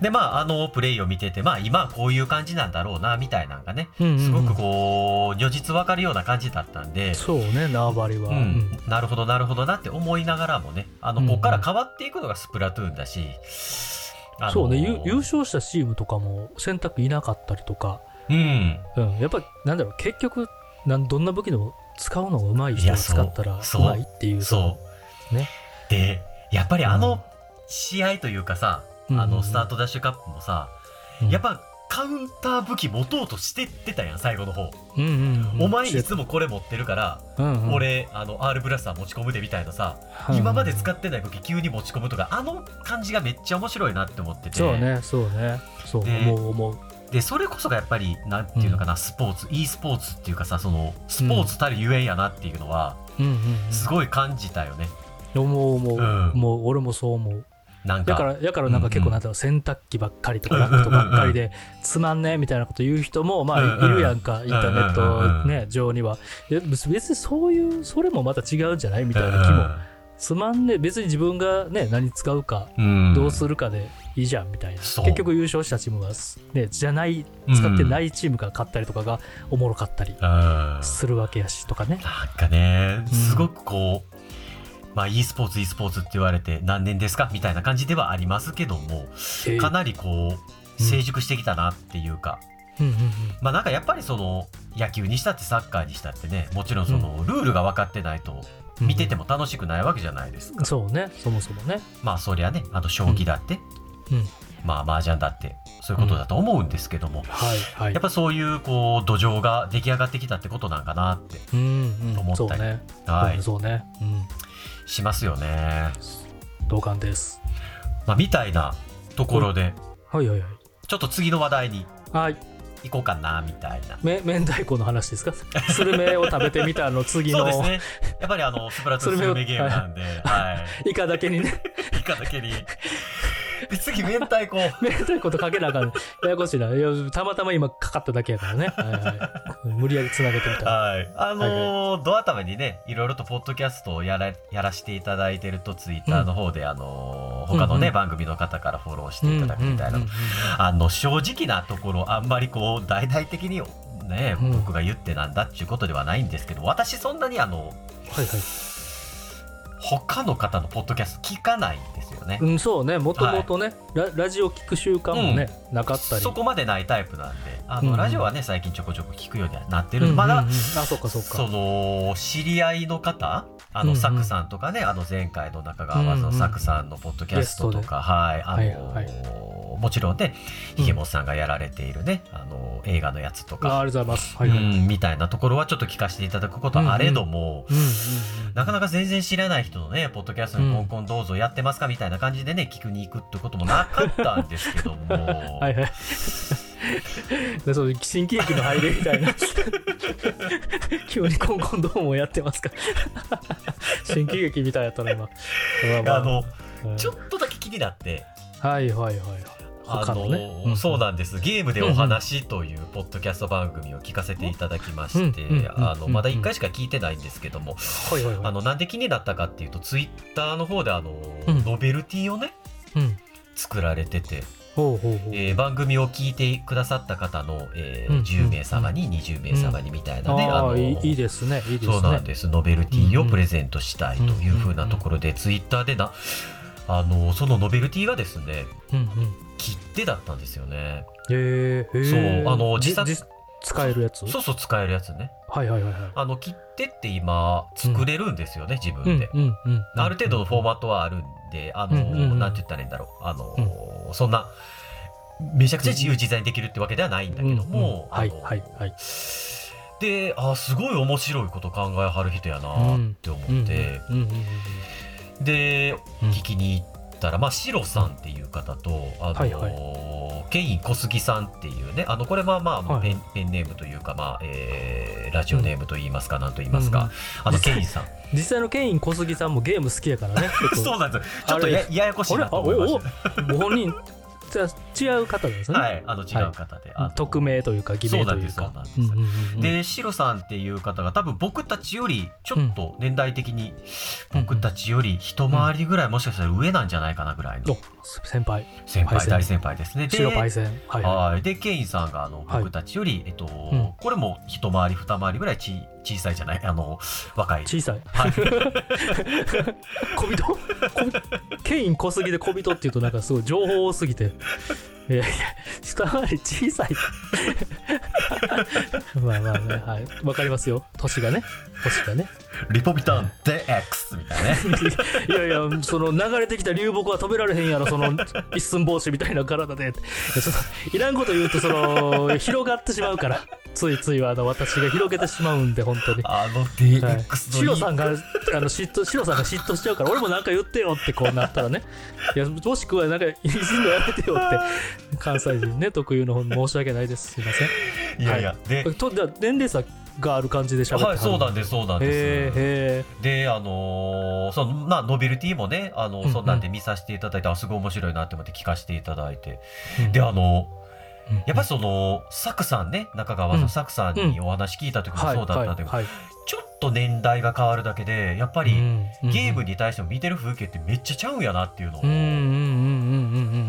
S1: でまああのプレイを見ててまあ今はこういう感じなんだろうなみたいなのがね
S2: うんうんうん
S1: すごくこう如実わかるような感じだったんで、
S2: そうね縄張りは、
S1: うんなるほどなるほどなって思いながらもねあの
S2: うんうん
S1: こっから変わっていくのがスプラトゥーンだし、あの
S2: そうねゆ優勝したチームとかも選択いなかったりとか、
S1: うん
S2: うん、やっぱなんだろう結局なんどんな武器でも使うのがうまい人
S1: いや
S2: が
S1: そ
S2: 使
S1: う
S2: ったら
S1: そう
S2: うまいっていう
S1: そう
S2: ね
S1: でやっぱりあ
S2: うん
S1: の試合というかさ、
S2: うん
S1: あのスタートダッシュカップもさ、
S2: うん
S1: やっぱカウンター武器持とうとしてってたやん最後の方、
S2: うんうんうん
S1: お前いつもこれ持ってるから、
S2: うんうん
S1: 俺あの R ブラスター持ち込むでみたいなさ、
S2: うん
S1: 今まで使ってない武器急に持ち込むとかあの感じがめっちゃ面白いなって思ってて
S2: そうねそうねそう
S1: で
S2: 思う思う
S1: でそれこそがやっぱりなんていうのかな、スポーツ e スポーツっていうかさそのスポーツたるゆえんやなっていうのは
S2: うんうん
S1: すごい感じたよね、
S2: うん思う思う、
S1: うん
S2: もう俺もそう思う
S1: なん
S2: だ
S1: か
S2: から、だからなんか結構なんだろう、洗濯機ばっかりとか、ラップばっかりで、つまんねえみたいなこと言う人も、ま
S1: うんうん
S2: あ、いるやんか、インターネ
S1: う
S2: ッ
S1: んうん
S2: トね、上には。いや別別にそういう、それもまた違うんじゃないみたいな気も。つまんねえ、別に自分がね、何使うか、
S1: うん
S2: どうするかでいいじゃんみたいな。
S1: そう
S2: 結局優勝したチームが、ね、じゃない、
S1: うん
S2: 使ってないチームが勝ったりとかがおもろかったり
S1: うんなん
S2: するわけやし、とかね。
S1: かね
S2: うん
S1: すごくこう、まあ e スポーツ e スポーツって言われて何年ですかみたいな感じではありますけども
S2: ええ
S1: かなりこう成熟してきたなっていうか、
S2: うんうんうん
S1: まあなんかやっぱりその野球にしたってサッカーにしたってねもちろんそのルールが分かってないと
S2: うん
S1: 見てても楽しくないわけじゃないですか、
S2: そうね、そもそもね。
S1: まあそりゃねあと将棋だって、
S2: うんうん
S1: まあ麻雀だってそういうことだと思うんですけども、
S2: はい、はい
S1: やっ。ぱそういうこう土壌が出来上がってきたってことなんかなって、
S2: うんう
S1: 思
S2: ん、
S1: った
S2: そ
S1: り
S2: うね。
S1: はい
S2: そうね。うん
S1: しますよね、
S2: 同感です。
S1: まあ、みたいなところで
S2: はいはいはい。
S1: ちょっと次の話題に
S2: はい、
S1: 行こうかなみたいな。
S2: め明太子の話です かスルメを食べてみたの次
S1: そう
S2: の、
S1: ですね。やっぱりあの、スプラトゥーンスルメゲームなんで、は
S2: イカだけにね、
S1: い。以下だけに。で、次、明太子。
S2: 明太子とかけなあかん。ややこしいな。いや、たまたま今かかっただけやからね。はいはい、無理やりつなげてみた。
S1: はい、あのードア頭にねいろいろとポッドキャストをやらやらせていただいてるとツイッターの方で、あのー他のね、
S2: うんうん
S1: 番組の方からフォローし
S2: う
S1: てい
S2: ん
S1: ただくみたいな、
S2: うんうん
S1: あの正直なところあんまりこう大々的にね、
S2: うん
S1: 僕が言ってなんだっていうことではないんですけど私そんなにあの
S2: はいはい。
S1: 他の方のポッドキャスト聞かないんですよね、
S2: うん、そうね、もともとね、ラ、ラジオ聞く習慣もね、なかったり。
S1: そこまでないタイプなんであの、
S2: うんうん
S1: ラジオはね最近ちょこちょこ聞くようにはなって
S2: う
S1: る、
S2: んうんうん
S1: まだ、
S2: あ、そっかそっ
S1: そ
S2: か。
S1: の知り合いの方あ
S2: うん
S1: の、
S2: うん
S1: サクさんとかねあの前回の中川和
S2: うん
S1: の
S2: うん
S1: サクさんのポッドキャストとか、はいあの
S2: はい
S1: もちろんね
S2: うん
S1: ひげもさんがやられているね、あの映画のやつと
S2: ああ
S1: か、
S2: りがとうございます。はいはい。
S1: う
S2: うん
S1: んみたいなところはちょっと聞かせていただくことはあれども、
S2: うんうん
S1: なかなか全然知らない人のね、ポッドキャストにコンコンどうぞやってますかみたいな感じでね、聞くに行くってこともなかったんですけども、
S2: はいはい。でそう新喜劇の入りみたいな急にコンコンドームをやってますか新喜劇みたいやったな今
S1: あの、
S2: うん
S1: ちょっとだけ気になって、
S2: はいはいはい
S1: あ
S2: 他
S1: の
S2: のね、ん
S1: そうなんですゲームでお話というポッドキャスト番組を聞かせていただきまして、
S2: うんうんうん
S1: あのまだ
S2: うん
S1: 1回しか聞いてないんですけども、
S2: はいはいはい
S1: あのなんで気になったかっていうとツイッターの方であの、
S2: うん
S1: ノベルティをね
S2: うん
S1: 作られてて、
S2: ほうほうほう、
S1: えー番組を聞いてくださった方の、えー
S2: うんうん
S1: 10名様に20名様にみたいなね、
S2: あ
S1: の
S2: あいいいいですねいいですね
S1: そうなんですノベルティをプレゼントしたいというふうなところで、ツイッターでなあのそのノベルティがですね
S2: うんうん
S1: 切手だったんですよね。
S2: へえ
S1: そうあの自作
S2: 使えるやつ
S1: そうそう使えるやつね
S2: はいはいはいはい
S1: あの切手って今作れるんですよね、自
S2: う
S1: 分
S2: ん
S1: で、
S2: うんうん
S1: ある程度のフォーマットはあるんであの、
S2: うんうんうん
S1: なんて言ったらいいんだろうあの、そんなめちゃくちゃ自由自在にできるってわけではないんだけども、
S2: うんうんはい
S1: あの
S2: はいはい
S1: であすごい面白いこと考えはる人やなって思
S2: うん
S1: って、
S2: うんうんうん
S1: で
S2: うん
S1: 聞きに行ったら、まあ、シロさんっていう方と、あの
S2: はいは
S1: ケイン小杉さんっていうねあのこれはまあ、まあ
S2: はい
S1: ペンペンネームというか、まあえーラジオネームといいますか、なんと言いますか、
S2: うん
S1: あのケインさん
S2: 実際のケイン小杉さんもゲーム好きやか らねちょっ と
S1: そうなんですちょっと
S2: あ
S1: やややこしい
S2: あれ
S1: な
S2: あ
S1: と
S2: お
S1: 思いま
S2: お
S1: し
S2: おご本人じゃあ違う方なんです
S1: た
S2: ね、
S1: はいあの違う方で、あの
S2: 匿名というか偽名というか
S1: そうなんですそうなん
S2: うんうんうんうん
S1: でシロさんっていう方が多分僕たちよりちょっと年代的に僕たちより一回りぐらいもしかしたら上なんじゃないかなぐらいの
S2: お先輩
S1: 先
S2: パイ
S1: 輩
S2: セン
S1: 大先輩ですねで
S2: 白パイセンはいは
S1: はい、でケインさんがあの
S2: はい
S1: 僕たちより、えっと
S2: ん
S1: これも一回り二回りぐらいち小さいじゃない あの若い
S2: い小さい
S1: はい
S2: 小人小人ケイン小杉で小人っていうとなんかすごい情報多す ぎていやいや下回り小さい まあまあねはいわかりますよ年がね年がね
S1: リポビタン DX みたいなね
S2: いやいや、その流れてきた流木は止められへんやろ、そ の一寸法師みたいな体で。いやちょっといらんこと言うと、その、広がってしまうから、ついついはあの私が広げてしまうんで、本当に。
S1: あの
S2: は
S1: DX
S2: シ
S1: のいい、
S2: ロさんが、あの、嫉妬、シロさんが嫉妬しちゃうから、俺もなんか言ってよってこうなったらね。いや、もしくはなんか、いじんのやめてよ って、関西人ね、特有の本申し訳ないです。すいません。
S1: いやいやで、
S2: と、じゃあ年齢差がある感じで喋って
S1: はいそうなん
S2: ん
S1: ですそうなんです、
S2: へえ、へ
S1: であのーそのまあノベルティもねあの、
S2: うんうん
S1: そんなんで見させていただいてあすごい面白いなって思って聞かせていただいて、
S2: え。
S1: であの
S2: うん、
S1: やっぱりそのサクさんね中川
S2: う
S1: の
S2: ん
S1: サクさんにお話聞いた時も
S2: はい、
S1: そうだったんだ
S2: はい
S1: けど、
S2: はい。
S1: ちょっと年代が変わるだけでやっぱり、
S2: うん
S1: ゲームに対しても見てる風景ってめっちゃちゃうんやなっていうの
S2: うんうん
S1: を
S2: うんうんうんう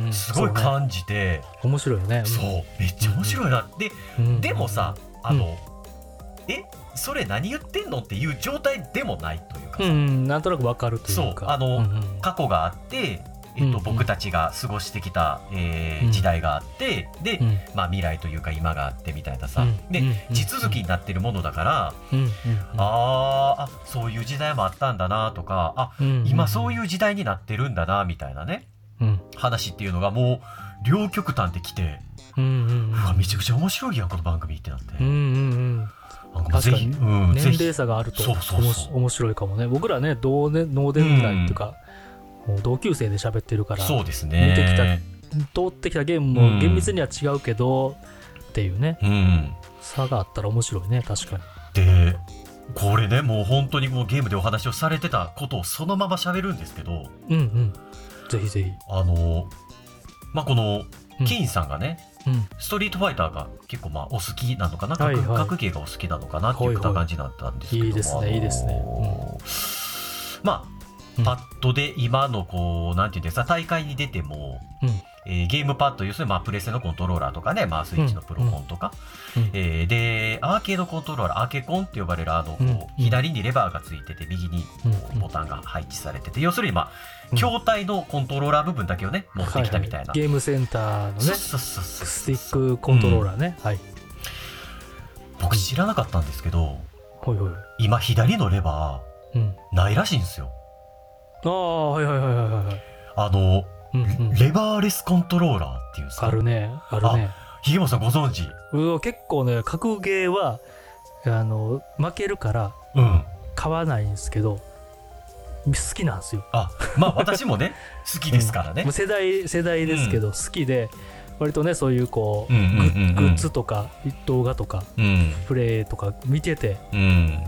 S2: んうん
S1: すごい
S2: そうね
S1: 感じて、
S2: 面白いよね
S1: そう,、めっちゃ面白いなって、
S2: うん、うん
S1: でもさあの、えそれ何言ってんのっていう状態でもないというか
S2: う
S1: さ、
S2: んうんなんとなくわかるという
S1: そ
S2: か
S1: うあの
S2: うんうん
S1: 過去があって、えっ
S2: う
S1: と
S2: んうん
S1: 僕たちが過ごしてきた、えー
S2: うん
S1: 時代があってで、
S2: うん
S1: まあ、未来というか今があってみたいなさ、
S2: うん
S1: で、
S2: うん
S1: 地続きになってるものだから、
S2: うんうんうん
S1: あーあそういう時代もあったんだなとかあ
S2: うんうん
S1: 今そういう時代になってるんだなみたいなね
S2: うん
S1: 話っていうのがもう両極端できて
S2: うんうん
S1: うわめちゃくちゃ面白いやんこの番組ってなって、
S2: うんうん
S1: なんかもうぜひ、
S2: 確
S1: う
S2: うん
S1: ん、ぜ
S2: 年
S1: ひ
S2: 齢差があると
S1: そうそうそう
S2: おも面白いかもね僕らね同年同年代っていうか、もう同級生で喋ってるから
S1: そうです
S2: 見てきた
S1: ね
S2: 通ってきたゲーム
S1: う
S2: も
S1: ん
S2: 厳密には違うけど、っていうね
S1: うん
S2: 差があったら面白いね確かに
S1: でこれねもう本当にもうゲームでお話をされてたことをそのまま喋るんですけど
S2: うんうんぜひぜ
S1: あのまあこの
S2: うん
S1: ケインさんがね、
S2: ひうん
S1: ストリートファイターが結構まあお好きなのかな、
S2: はいはい
S1: 格格ゲーがお好きなのかなっていうよう
S2: はいは
S1: ない感じだったんですけども
S2: いいです
S1: あ
S2: ね
S1: のー
S2: いいですねうん
S1: ま
S2: うん
S1: あパッとで今のこうなんていうんですか大会に出ても
S2: うん
S1: えーゲームパッド、要するにまあプレステのコントローラーとかね、まあ、スイッチのプロコンとか、
S2: うんうん
S1: えーで、アーケードコントローラー、アーケコンって呼ばれるあの、
S2: うん
S1: こう左にレバーがついてて、右にこう
S2: うん
S1: ボタンが配置されてて、要するに、ま
S2: う
S1: あ、
S2: ん
S1: 筐体のコントローラー部分だけをね、持ってきたみたいな。
S2: ゲームセンターのね
S1: そうそうそうそう
S2: スティックコントローラーね、はい
S1: 僕知らなかったんですけど、
S2: ほいほい
S1: 今、左のレバ
S2: うん
S1: ー、ないらしいんですよ。
S2: ああはいはいはいはいはい
S1: あの、
S2: うんうん
S1: レバーレスコントローラーっていうんです
S2: あ
S1: か。
S2: るねあるね
S1: ひげもさんご存知
S2: うわ結構ね格ゲーはあの負けるから
S1: うん。
S2: 買わないんですけど好きなんですよ
S1: あ、まあ私もね、 好きですからね
S2: もう。世代世代ですけど好きで、割とねそういうこう,
S1: う
S2: グ
S1: んうんうんうん
S2: ッ、グッズとか動画とか
S1: うん。
S2: プレイとか見てて
S1: う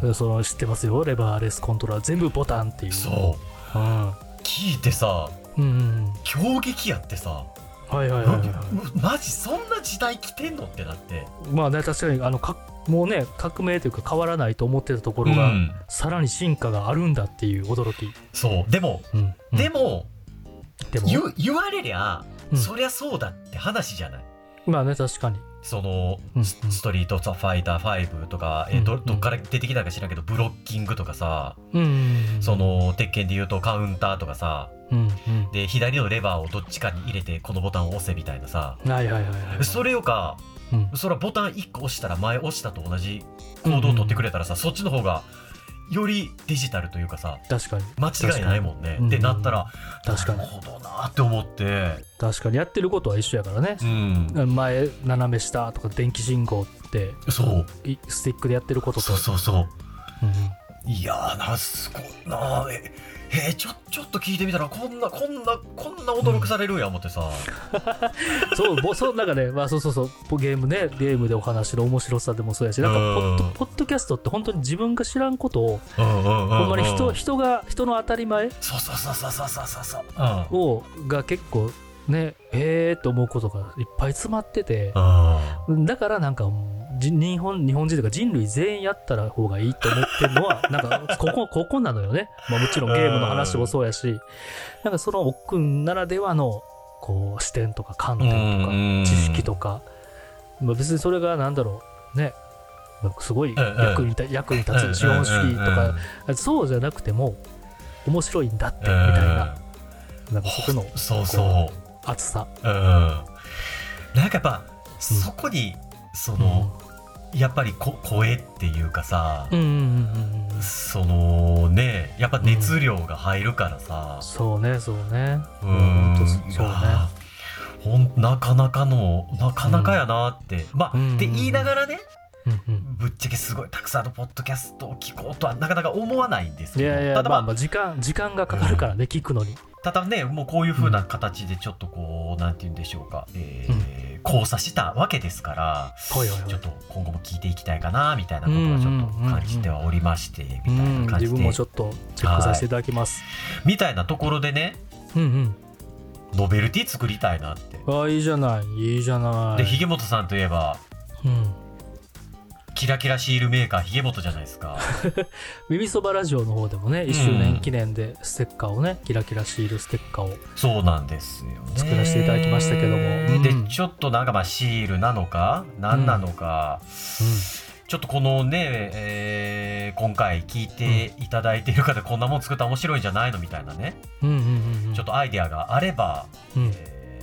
S1: ん。
S2: その知ってますよレバーレスコントローラー全部ボタンっていう
S1: そう。
S2: うん、
S1: 聞いてさ、
S2: うんうんうん
S1: 衝撃やってさ、
S2: はいはいはい、
S1: な
S2: は
S1: ん
S2: い
S1: でうマジそんな時代来てんのってなって。
S2: まあね確かにあのかもうね革命というか変わらないと思ってたところが、
S1: うん
S2: さらに進化があるんだっていう驚き、
S1: そう。でも、
S2: うんうん
S1: でも、
S2: でも
S1: 言う言われりゃ、
S2: うん
S1: そりゃそうだって話じゃない。
S2: まあね確かに
S1: その、
S2: うん
S1: スストリート・ザ・ファイター5とか、えーど
S2: うん
S1: どっから出てきたか知らんけど、ブロッキングとかさ、
S2: うんうんうん
S1: その、鉄拳で言うとカウンターとかさ、
S2: うん
S1: で左のレバーをどっちかに入れてこのボタンを押せみたいなさ
S2: うんはいはいはいはい
S1: それよか
S2: うん
S1: そらボタン1個押したら前押したと同じ行動を取ってくれたらさ、そっちの方がよりデジタルというかさ
S2: 確かに
S1: 間違いないもんね
S2: うん
S1: ってなったら、
S2: 確かに
S1: なるほどなーって思って
S2: 確かにやってることは一緒やからね
S1: う、ん
S2: 前斜め下とか電気信号って
S1: そう
S2: いスティックでやってることと
S1: そうそうそう
S2: うんうん
S1: いやーなすごいなーええーちょちょっと聞いてみたらこんなこんなこんな驚くされるんや思ってさ、
S2: そうぼそうなんかね、まあ、そうそうそうぼゲームねゲームでお話の面白さでもそうやしなんかポッド
S1: うん
S2: ポッドキャストって本当に自分が知らんことを
S1: うんうんうんうん
S2: ほんまに人人が人の当たり前
S1: そうそうそうそうそうそうそううん
S2: をが結構ねへえーと思うことがいっぱい詰まってて
S1: うん
S2: だからなんかじ日本日本人というか人類全員やったら方がいいと思ってるのはなんかここここなのよね、まあ、もちろんゲームの話もそうやしなんかその奥くんならではのこう視点とか観点とか知識とか、まあ、別にそれがなんだろうねなんかすごい
S1: うんうん
S2: 役に,、役に立つ資本主義とか、そうじゃなくても面白いんだってみたいな,、なんかそこの
S1: そうそ
S2: 熱さ、
S1: う、うん、なんかやっぱそこにその、やっぱりこ声っていうかさ、
S2: うんうんうんうんうん
S1: そのねやっぱ熱量が入るからさ、
S2: そうねそうね
S1: うん
S2: ほんとそうね
S1: いやほんなかなかのなかなかやなって、まあ、
S2: うん
S1: って言いながらね
S2: うんうん
S1: ぶっちゃけすごいたくさんのポッドキャストを聞こうとはなかなか思わないんです
S2: い
S1: けど
S2: やいや、
S1: ただま
S2: ま
S1: あ
S2: あ、まあ時間時間がかかるからね、聞くのに。
S1: ただねもうこういう風な形でちょっとこう、なんて言うんでしょうか、えー交差したわけですから
S2: はいはいはい
S1: ちょっと今後も聞いていきたいかなみたいなことはちょっと感じてはおりまして、
S2: う
S1: みたい
S2: ん
S1: な、感
S2: 自
S1: じ
S2: 分もち
S1: で
S2: ょっとチェックさせていただきます。
S1: みたいなところでね
S2: うん
S1: ノベルティ作りたいなって。
S2: うん。ああ、いいじゃない、いいじゃない。
S1: で、ひげもとさんといえば
S2: うん。
S1: キラキラシールメーカーひげもとじゃないです か
S2: 耳そばラジオの方でもね、1周年記念でステッカーをね、キラキラシールステッカーを。
S1: そうなんですよね
S2: 作らせていただきましたけどもうん
S1: でちょっとなんかまあシールなのか何なのか、ちょっとこのね、えー今回聞いていただいている方、こんなもん作ったら面白いんじゃないのみたいなね、
S2: うん。うんうんうんうん。
S1: ちょっとアイデアがあれば、
S2: うん。
S1: え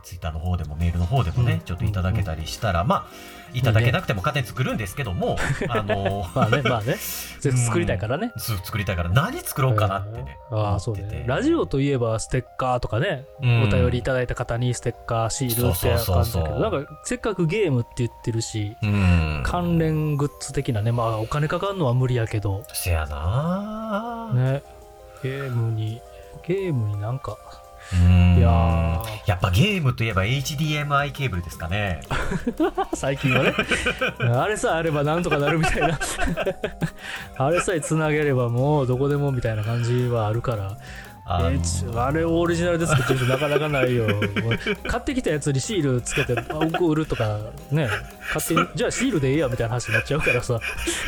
S1: ー、ツイッターの方でもメールの方でもね、
S2: うん
S1: ちょっといただけたりしたら、まあいただけなくても勝手に作るんですけども、あ の
S2: まあね、まあね。ぜひ作りたいからね。
S1: そう作りたいから何作ろうかなってね、
S2: うんああ、そう
S1: 思って
S2: ね
S1: て。
S2: ラジオといえばステッカーとかね、
S1: うん
S2: お便りいただいた方にステッカー、シールってやる感じだけ
S1: そうそうそうそ
S2: ど、
S1: う
S2: なんかせっかくゲームって言ってるし、
S1: うん
S2: 関連グッズ的なね、まあお金かかるのは無理やけど、
S1: せやなあ、
S2: ね、ゲームに、ゲームになんか、
S1: うん
S2: いやー
S1: やっぱゲームといえば HDMI ケーブルですか ね
S2: 最近はね、 あれさえあればなんとかなるみたいな、 あれさえつなげればもうどこでもみたいな感じはあるから、
S1: あの
S2: えーちあれオリジナルですけど、ちょっとなかなかない よ。もう買ってきたやつにシールつけて、あ僕売るとか、ね、勝 手に、じゃあシールでええやみたいな話になっちゃうからさ。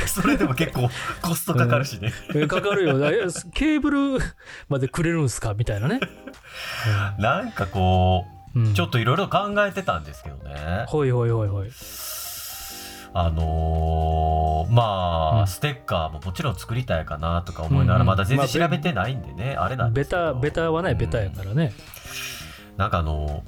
S1: それでも結構 コストかかるしね、
S2: えかかるよ。えケーブルまでくれるんすかみたいなね。
S1: なんかこう、
S2: うん
S1: ちょっといろいろ考えてたんですけどね
S2: ほいほいほいほい
S1: あのーまあ、
S2: うん
S1: ステッカーももちろん作りたいかなとか思いなが
S2: うん
S1: ら
S2: うん
S1: まだ全
S2: ま
S1: 然
S2: あ
S1: 調べてないんでね、あれなんで
S2: ベ
S1: すけど
S2: タベタはないベタやからね、
S1: なんかあの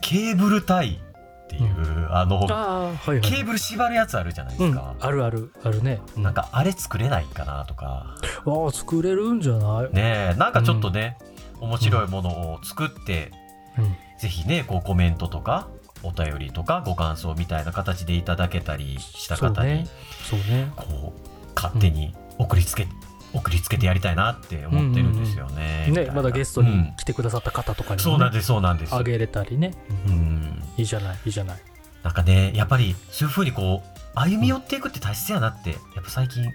S1: ケーブルタイっていう、あの
S2: ああはいは
S1: ケー
S2: い
S1: ブル縛るやつあるじゃないで
S2: う
S1: す
S2: ん、
S1: か、
S2: あるあるあるね、う
S1: なん
S2: あ
S1: かあれ作れないかなとか
S2: あ作れるんじゃない、
S1: ねえなんかちょっとね、面白いものを作って、
S2: うん
S1: ぜひねこうコメントとかお便りとかご感想みたいな形でいただけたりした
S2: そう
S1: 方に、
S2: ねそうね
S1: こう勝手に送りつけ、送りつけてやりたいなって思ってるんですよね。みたい
S2: ね
S1: な
S2: まだゲスト
S1: う
S2: に
S1: ん
S2: 来てくださった方とかに
S1: そう
S2: も、
S1: なん
S2: ね
S1: ですそうなんです。
S2: あげれたりね、うん
S1: うん
S2: いいじゃないいいじゃない
S1: なんかねやっぱりそういう風にこう歩み寄っていくって大切やなってやっぱ最近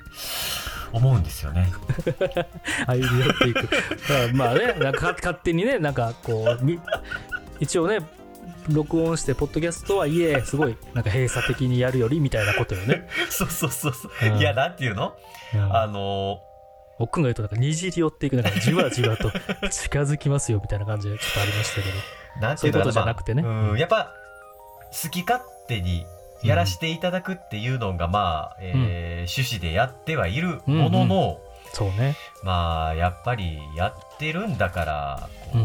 S1: 思うんですよね。
S2: 歩み寄っていくまあ まあねなんか勝手にねなんかこうみ一応ね録音してポッドキャストはいえすごいなんか閉鎖的にやるよりみたいなことよね、
S1: そうそうそうそう。
S2: うん
S1: いやなんていうの？
S2: うん
S1: あの
S2: 奥が言うとなんかにじり寄っていくなんかじわじ わと近づきますよみたいな感じがちょっとありましたけど
S1: なんていうの
S2: そういうことじゃなくてね
S1: まあうんやっぱ好き勝手にやらせていただくっていうのがまあ、えー趣旨でやってはいるものの。
S2: そうね
S1: まあやっぱりやってるんだからこ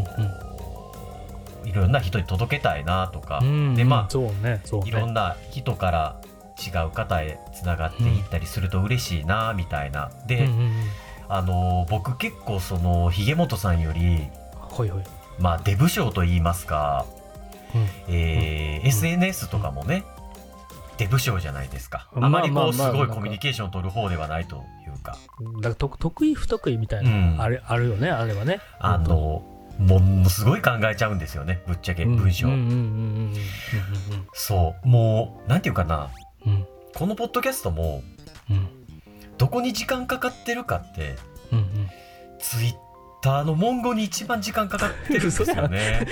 S1: う、いろんな人に届けたいなとか、
S2: うん
S1: でまあ
S2: そうねそうね
S1: いろんな人から違う方へつながっていったりすると嬉しいなみたいな、で、
S2: うんうんうん
S1: あの僕結構そのひげもとさんより
S2: ほいほい、
S1: まあデブ賞と言いますか、
S2: う
S1: えー SNS とかもね、デブ賞じゃないですか、
S2: まあ
S1: あまりこうす
S2: まあま
S1: ご
S2: あないんか
S1: コミュニケーションを取る方ではないというか、
S2: ん、だからと得意不得意みたいな、
S1: うん
S2: あれあるよねあれはね
S1: あのものすごい考えちゃうんですよねぶっちゃけ
S2: うん
S1: 文章、
S2: うんうんうんうん
S1: そうもうなんていうかな
S2: うんうんうん
S1: このポッドキャストも
S2: うん
S1: どこに時間かかってるかって
S2: うんうん
S1: ツイッターの文言に一番時間かかってるんですよ ね。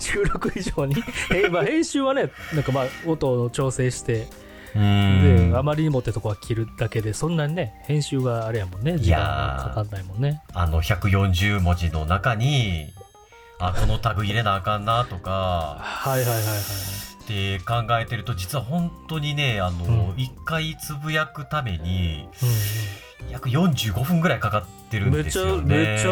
S2: 収録以上に、 えまあ、編集はねなんかまあ音を調整して
S1: う
S2: であ
S1: ん
S2: まりにもってとこは切るだけでそんなにね編集があれやもんね時間がかかんないもんね
S1: あの140文字の中にあこのタグ入れなあかんなとか
S2: はいはいはいはい
S1: って考えてると実は本当にねあ
S2: う
S1: の、
S2: ん
S1: 一回つぶやくために
S2: は
S1: 約45分ぐらいかかってる
S2: い、うん
S1: ん
S2: うん、め
S1: で
S2: ち
S1: す
S2: ゃ
S1: よね。
S2: めち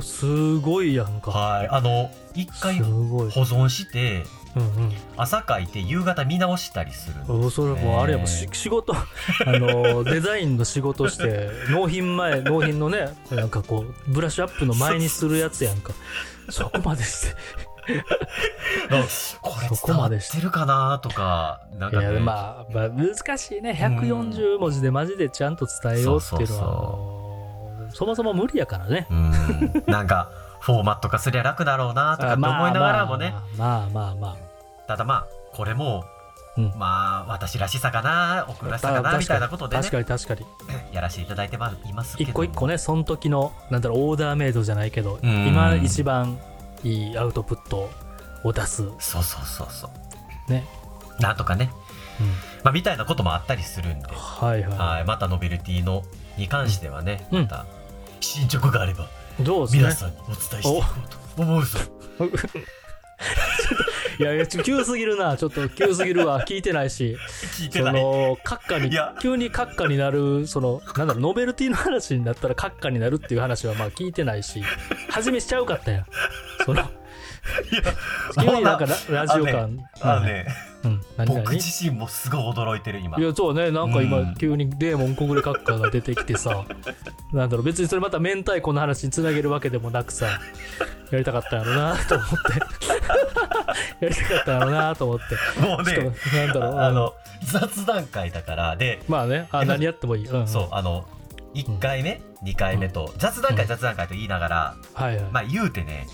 S2: ゃすごいやんか
S1: はい、あの一回
S2: すごい、
S1: 保存して
S2: うん
S1: 朝書いて夕方見直したりするんです
S2: うん、それもうあれやもんし仕事 あのデザインの仕事して納品前納品のねなんかこうブラッシュアップの前にするやつやんかそこまでして
S1: あこれ
S2: そこ
S1: 伝わ
S2: ま
S1: っ
S2: でして
S1: てるかなとかなん
S2: い
S1: か、
S2: や
S1: ね
S2: まあ、まあ、難しいね140文字でマジでちゃんと伝えようっていうのはそもそも無理やからね
S1: うんなんかフォーマット化すりゃ楽だろうなとかって思いながらもね、
S2: まあまあまあ
S1: ただまあこれも、
S2: うん
S1: まあ私らしさかな奥らしさかなみたいなことでね
S2: 確かに確かに
S1: やらせていただいてはいますけど
S2: 一個一個ねその時のなんだろうオーダーメイドじゃないけど
S1: うん
S2: 今一番いいアウトプットを出す、うん、
S1: そうそうそうそう
S2: ね
S1: なんとかね、まあ、みたいなこともあったりするんで、
S2: はいはい、
S1: はい、またノベルティのに関してはね、
S2: うん
S1: また進捗があれば
S2: どうですね
S1: 皆さんにお伝えしていこうと思うぞ。
S2: いやいやちょ急すぎるなちょっと急すぎるわ聞いてないし
S1: 聞いて
S2: そ
S1: ない。
S2: の閣下
S1: い
S2: に
S1: や
S2: 急に閣下になるそのなんだろうノベルティの話になったら閣下になるっていう話はまあ聞いてないし始めしちゃうかったやんその 急になんかララジオ感
S1: あのね、
S2: うん、何々
S1: 僕自身もすごい驚いてる今
S2: い。やそうねなんか
S1: う
S2: 今
S1: ん
S2: 急にデーモン小暮閣下が出てきて さ、なんだろう別にそれまた明太子の話につなげるわけでもなくさやりたかったやろうなと思って やりたかったやろうなと思って
S1: もう
S2: ちょ
S1: ね、
S2: っとなんだろう
S1: あの雑談会だからで、
S2: まあねあ何やってもいい、うん、
S1: そうあの1回目、2回目と雑談
S2: う
S1: 会
S2: ん
S1: 雑談会と言いながら、
S2: はいはい、
S1: まあ言うてね、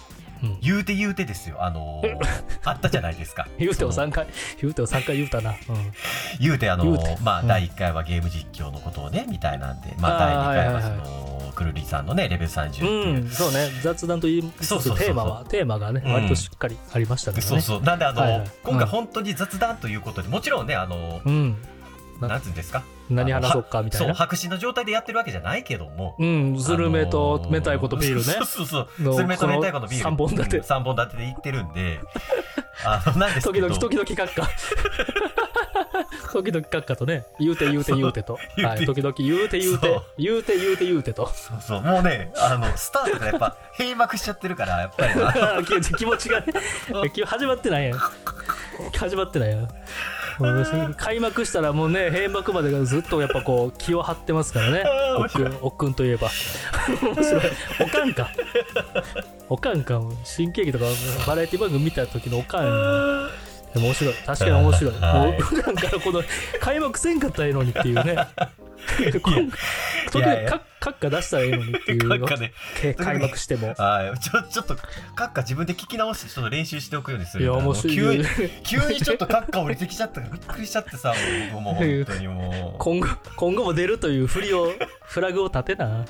S2: うん
S1: 言うて言うてですよ。あの ーあったじゃないですか。
S2: 言うてを
S1: その
S2: 3回言うてを3回言うたな、うん、
S1: 言うてあの
S2: 言
S1: ー
S2: うて
S1: まあ
S2: うん
S1: 第1回はゲーム実況のことをねみたいなんで、ま
S2: あ
S1: あ
S2: ー
S1: 第2回
S2: は
S1: は
S2: いは
S1: そ
S2: いはい
S1: の、くるりさんのねレベル30っていう。
S2: うん、そうね雑談と言いつ
S1: そうそうそうそう
S2: つテーマはテーマがね、
S1: うん
S2: 割としっかりありましたからね
S1: そうそうなんであの、
S2: はいはい
S1: 今
S2: う
S1: 回
S2: ん
S1: 本当に雑談ということで、もちろんねあの、
S2: うん、な
S1: なんつうんですか
S2: 何話そうかみたい
S1: そう
S2: な
S1: 白紙の状態でやってるわけじゃないけども、
S2: うんスルメ
S1: あ
S2: と
S1: のー
S2: 明太子とビールね、
S1: そうそうそう
S2: の
S1: スルメと明太子のビール
S2: この三本立て
S1: うん三本立てで行ってるんであのなんです
S2: 時
S1: けど
S2: 々、時々閣下。時々閣下とね、言うて言うて言うてと。
S1: そう
S2: はい、
S1: 言う
S2: 時々言うて言う
S1: そ
S2: て
S1: う、
S2: 言うて言うて言うてと。
S1: そうそうもうねあのスタートがやっぱ閉幕しちゃってるからやっぱり な
S2: 気持ちがね、気始まってないやん。始まってないやん。もう開幕したらもうね、閉幕までがずっとやっぱこう、気を張ってますからね
S1: あ。ー
S2: おっくん、おっくんといえば。面白い。おかんか。おかんか。新喜劇とかバラエティ番組見た時のおかん。でも面白い。確かに面白 い。
S1: はい
S2: もう普段からこの開幕せんかったらええのに っていうね。こん時
S1: いやい
S2: 々
S1: や
S2: か閣下出したらええのにっていう
S1: 閣下ね
S2: け開幕しても。
S1: はいちょちょっと閣下自分で聞き直してちょっと練習しておくようにす
S2: い
S1: る
S2: や、面白
S1: もう
S2: い。
S1: 急に急にちょっと閣下降りてきちゃったからびっくりしちゃってさもう僕もう本当にもう
S2: 今後今後も出るというふりをフラグを立てな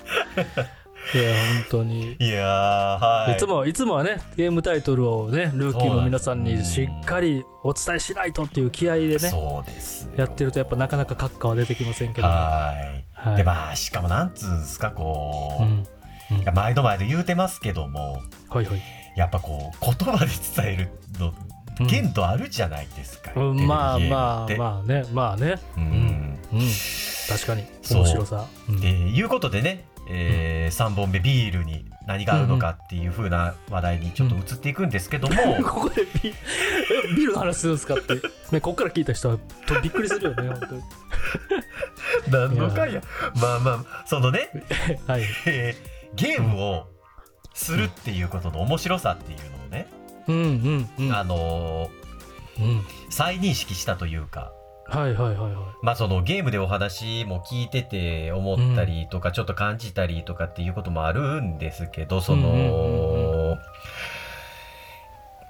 S2: いや本当に、
S1: いやーはい
S2: い、つもいつもはねゲームタイトルをねルーキーの皆さんにしっかりお伝えしないとっていう気合でね
S1: そうですよ
S2: やってるとやっぱなかなか閣下は出てきませんけど、
S1: はい
S2: はい
S1: でまあしかもなんつうんですかこ
S2: う
S1: う、
S2: んうん
S1: いや毎度毎度言うてますけども
S2: はいはい
S1: やっぱこう言葉で伝えるの
S2: うん
S1: 限度あるじゃないですか、
S2: うん、まあまあ
S1: あ、
S2: まあねまあね
S1: うん
S2: うん確かに
S1: そう
S2: 面白さうん
S1: でいうことでね、え3本目ビールに何があるのかっていう風な話題にちょっと移っていくんです けども、
S2: ここでビえビールの話するんですかって、ね、こっから聞いた人はとびっくりするよね本当に
S1: 何の回やまあまあそのね、
S2: はい
S1: えーゲームをするっていうことの面白さっていうのをね、
S2: うんうんうん
S1: あのー
S2: うん
S1: 再認識したというか、
S2: はいはいはいはい
S1: まあ、そのゲームでお話も聞いてて思ったりとか、ちょっと感じたりとかっていうこともあるんですけどその、
S2: うん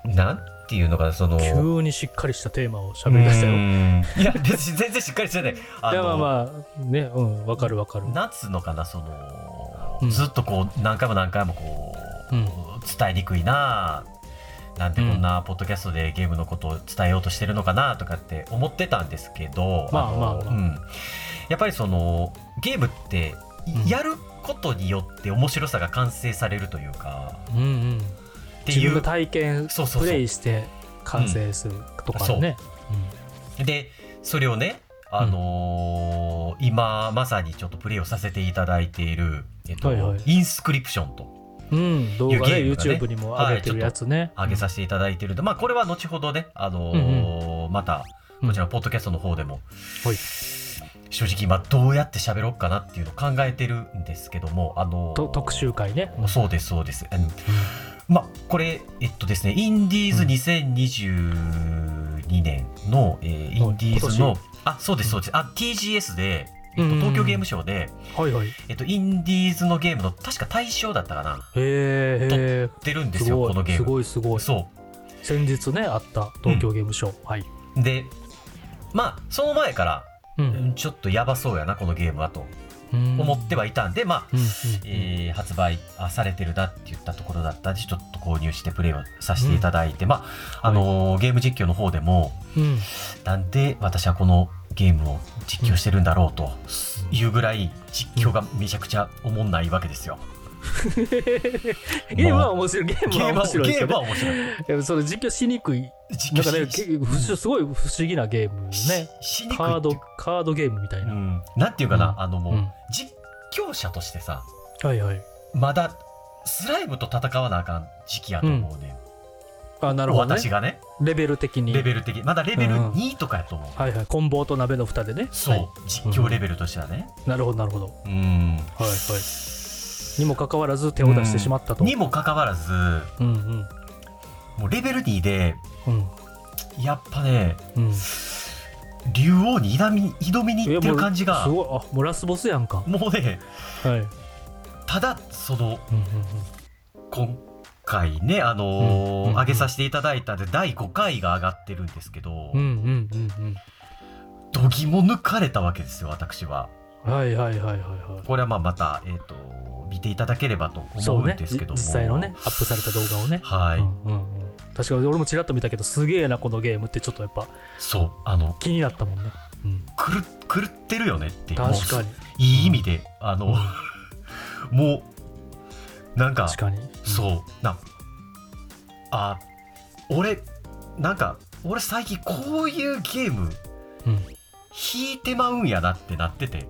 S1: なんていうのかなその。
S2: 急にしっかりしたテーマを喋り出したよ。
S1: う
S2: い
S1: んいや別に全然しっかりしてない。あ
S2: やまあ
S1: の
S2: まあねうんわかるわかる。
S1: なんつうのかなその、
S2: うん
S1: ずっとこう何回も何回もこう、
S2: うん
S1: 伝えにくいなあなんでこんなポッドキャストでゲームのことを伝えようとしてるのかなとかって思ってたんですけど、
S2: まあ
S1: の
S2: まあまあ
S1: うん、やっぱりそのゲームって
S2: うん
S1: やることによって面白さが完成されるというか、
S2: うんうん。
S1: って
S2: 自
S1: い
S2: 分が
S1: う
S2: 体験
S1: そうそうそう
S2: プレイして完成するとかね。
S1: でそれをねあのー今まさにちょっとプレイをさせていただいている、えっと
S2: はいはい
S1: インスクリプションと
S2: うんうん動画ね
S1: いうゲームがね
S2: YouTube にも上げてるやつね。
S1: 上げさせていただいてるんで、まあこれは後ほどね、あのーまたこちらのポッドキャストの方でも、
S2: はい
S1: 正直今どうやって喋ろうかなっていうのを考えてるんですけども、あのー
S2: と特集会ね。
S1: そうですそうです、うんまあこれえっとですねインディーズ2022年の、えーインディーズ
S2: 今
S1: のあそうですそうですあ TGS で、えっ
S2: うんう
S1: と、
S2: んうん
S1: 東京ゲームショウで、
S2: はいはい。へ
S1: えっと、インディーズのゲームの確か大賞だったかな
S2: えへ
S1: 出るん
S2: え。
S1: です
S2: す
S1: よ
S2: ご
S1: この
S2: い
S1: ゲー
S2: す
S1: ム
S2: ごいすごい。
S1: そう
S2: 先日ねあった東京ゲームショウ。はい。
S1: でまあその前から、
S2: う
S1: うん。ちょっとやばそうやなこのゲームはと思ってはいたんで、まあ、
S2: うんうん
S1: えー発売あされてるなって言ったところだったんでちょっと購入してプレイをさせていただいて、まああのーゲーム実況の方でも
S2: うん
S1: なんで私はこのゲームを実況してるんだろうというぐらい実況がめちゃくちゃおもんないわけですよ。
S2: ゲームは面白いゲーム
S1: ゲー
S2: は
S1: ム
S2: 面
S1: は
S2: 白いです
S1: ゲー
S2: よ
S1: ム
S2: ね
S1: は面白い。
S2: いや。それ実況しにくい
S1: 実
S2: なんかね、
S1: 況し
S2: 結構不思すごい不思議なゲーム
S1: し
S2: ね。
S1: しにくいっていう
S2: カード、カードゲームみたいうな。
S1: ん、なんていうかな、
S2: うん
S1: あのもう、
S2: うん
S1: 実況者としてさ
S2: はいはい。
S1: まだスライムと戦わなあかん時期やと思うね、
S2: あ、なるほど、
S1: 私
S2: ね。
S1: がね
S2: レベル的に。
S1: レベル的まだレベル
S2: うん
S1: 2とかやと思う、
S2: はいはい。コンボと鍋の蓋でね。
S1: そう、
S2: はい
S1: 実況レベルとしてはね
S2: なるほど、なるほど。
S1: うん
S2: はいはい。にもかかわらず手を出してしまったと。
S1: にもかかわらず
S2: うんうん
S1: もうレベル2で
S2: うん
S1: やっぱね
S2: うん。
S1: 竜王に挑み挑みにいってる感じが
S2: す
S1: も
S2: ごい。あ、もうラスボスやんか。
S1: うね
S2: はい。うん
S1: ただその
S2: うん
S1: 今回ねあのー
S2: うんうん
S1: 上げさせていただいたんで第5回が上がってるんですけど、
S2: うん。うんうんうん
S1: 度肝抜かれたわけですよ私は
S2: うん。はいはいはいはいは
S1: これはまあまた、えー、と見ていただければと
S2: い。
S1: 思
S2: そう
S1: うん
S2: ね。
S1: で
S2: じ
S1: すけども、
S2: 実際のね、アップされた動画をね。
S1: はい、
S2: うんうんうん。確かに俺もちらっと見たけど、すげえな、このゲームってちょっとやっぱ
S1: そうあの
S2: 気になったもんね。うん。
S1: 狂狂ってるよねっていう
S2: 確か
S1: も
S2: に
S1: ういい意味であの、 もうなんか
S2: 確かに
S1: そうなあ俺なんか俺最近こういうゲーム
S2: うん
S1: 引いてまうんやなってなってて、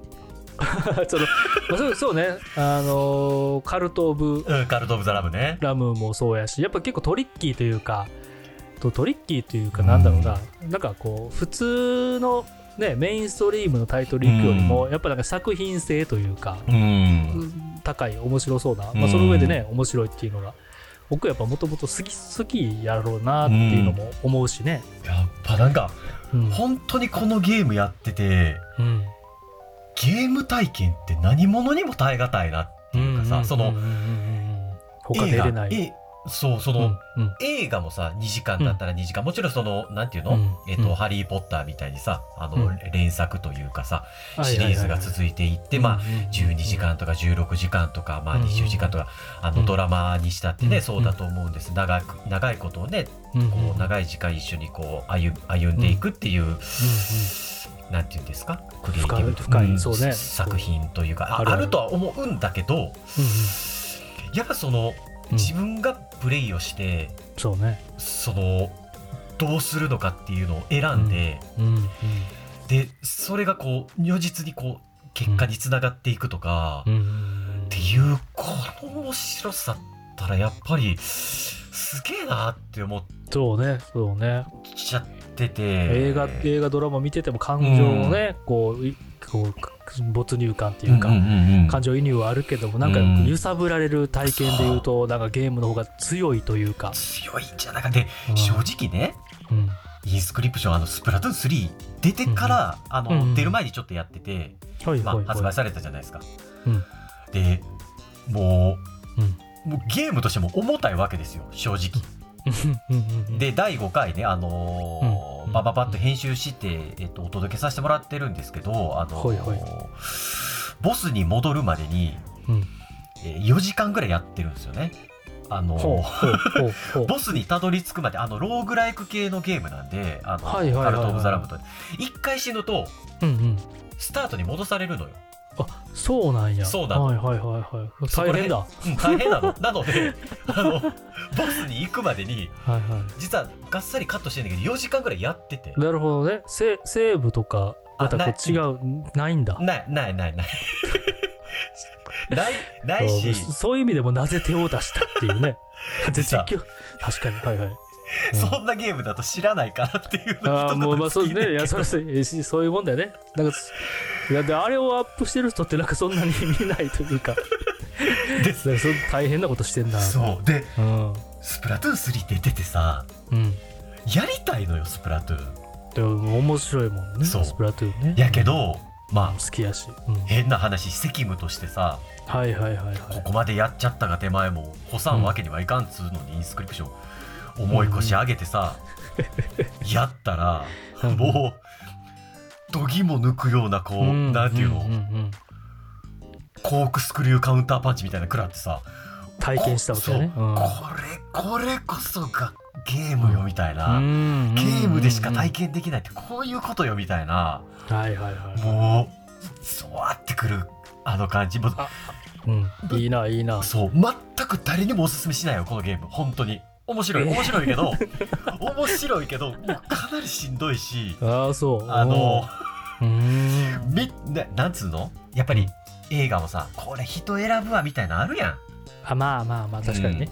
S2: そのまあそうそうね、あのーカルト・オブ・
S1: うん、カルト・オブ・ザ・ラブね
S2: ラムもそうやしやっぱ結構トリッキーというかとトリッキーというかなんだろうな、なんかこう普通の、ね、メインストリームのタイトルいくよりも、
S1: う
S2: やっぱなんか作品性というか、
S1: うん
S2: 高い面白そうな、
S1: う
S2: ま
S1: ん
S2: あ、その上でね、面白いっていうのが僕やっぱもともと好き好きやろうなっていうのも思うしね、
S1: やっぱなんか
S2: うん
S1: 本当にこのゲームやってて
S2: うん
S1: ゲーム体験って何者にも耐え難いなっていうかさ、そ
S2: うんう
S1: の
S2: んうんうん他
S1: 映
S2: 出れ
S1: 画
S2: ない、
S1: えそうその、
S2: うんうん
S1: 映画もさ2時間だったら2時間、もちろんそのなんていうの、
S2: うん
S1: えっと
S2: うん
S1: ハリー・ポッター」みたいにさあの、
S2: うん
S1: 連作というかさシリーズが続いていって、まあ、12時間とか16時間とか、まあ、
S2: うん
S1: 20時間とか、あ
S2: う
S1: の
S2: ん
S1: ドラマにしたってね、
S2: うん
S1: そうだと思うんです長く長いことをね
S2: うんうん
S1: こう長い時間一緒にこう歩歩んでいくっていう、なんていうんですかクリエイティブと
S2: 深い深い
S1: ん
S2: そうね
S1: 作品というかあ
S2: あるあ
S1: あ
S2: る
S1: るとは思うんだけど
S2: うんうん
S1: やっぱその
S2: うん
S1: 自分がプレイをして、
S2: そうね
S1: そのどうするのかっていうのを選んで、
S2: うんうん
S1: でそれがこう如実にこう結果につながっていくとか。
S2: うんうん
S1: っていうこの面白さったらやっぱりすげえなって思っ
S2: そうねそうね
S1: ちゃってて
S2: 映画映画ドラマ見てても感情のね、こういこう没入感っていうか、
S1: うんうんうん
S2: 感情移入はあるけどもなんか
S1: うん
S2: 揺さぶられる体験でいうと、なんかゲームの方が強いというか、
S1: 強いんじゃなくて
S2: うん
S1: 正直ね
S2: うん
S1: インスクリプションあのスプラトゥーン3出てから、あの、
S2: うんうん
S1: 出る前にちょっとやってて、
S2: はい
S1: ま
S2: は
S1: あ、
S2: いはい
S1: 発売されたじゃないですか、
S2: うん
S1: でもう,、
S2: う
S1: もうゲームとしても重たいわけですよ正直
S2: うんうんうん
S1: で第5回ね、あのー
S2: うん
S1: バババッと編集して、えっと、お届けさせてもらってるんですけど、あのー
S2: はいはい
S1: ボスに戻るまでに、
S2: うん
S1: えー4時間ぐらいやってるんですよね。あのー
S2: ほうほうほうほう
S1: ボスにたどり着くまであのローグライク系のゲームなんで「あの
S2: はいはいはいはい
S1: カルト・オブ・ザ・ラムと」一回死ぬと
S2: うんうん
S1: スタートに戻されるのよ、
S2: あそうなんや
S1: そうなの
S2: はいはいはいはい
S1: そこ
S2: 大
S1: ら
S2: 変
S1: 辺
S2: だは
S1: うん大変なの なのであのボスに行くまでに
S2: いは
S1: 実はがっさりカットしてんだけど4時間ぐらいやってて
S2: いなるほどねセセーブとかまたこう違うないんだ
S1: ないないないない ないないし
S2: そうそういう意味でもなぜ手を出したっていうね
S1: 実
S2: 実
S1: は
S2: 況確かにはいはい
S1: そんなゲームだと知らないからっていうの
S2: ああ、もうまあそ うですね。いや、そ
S1: れ
S2: れそうそういうもんだよね。なんか、いや、で、あれをアップしてる人ってなんかそんなに見ないというか、
S1: です
S2: なんかそ大変なことしてんだ。
S1: そうで
S2: うん。
S1: スプラトゥーン3出ててさ
S2: うん。
S1: やりたいのよスプラトゥーン
S2: でも面白いもんね。
S1: そう
S2: スプラトゥーンね。
S1: やけどま
S2: 好きやし。うん。
S1: あ変な話責務としてさ
S2: はいはいはいはい。
S1: ここまでやっちゃったが手前も干さんわけにはいかんっつうのにインスクリプション重い腰上げてさ、やったら
S2: うん
S1: もうどぎも抜くようなこう、
S2: ん
S1: なんていうの、
S2: んん
S1: コークスクリューカウンターパンチみたいな食らってさ
S2: 体験したわけだね。
S1: そう
S2: うん
S1: これこれこそがゲームよみたいな、
S2: うん
S1: ゲームでしか体験できないってこういうことよみたいな、
S2: 験。はいはいは
S1: もうそうわってくるあの感じもう
S2: い。うん。いいな、いいな。
S1: そう全く誰にもおすすめしないよこのゲーム本当に面白い
S2: えー
S1: 面白いけ ど面白いけどもうかなりしんどいし
S2: ああ、そう。
S1: あの
S2: うん、うん。
S1: みななんつうのやっぱり映画もさこれ人選ぶわみたいなのあるやん
S2: あ、まあまあまあ、確かにね。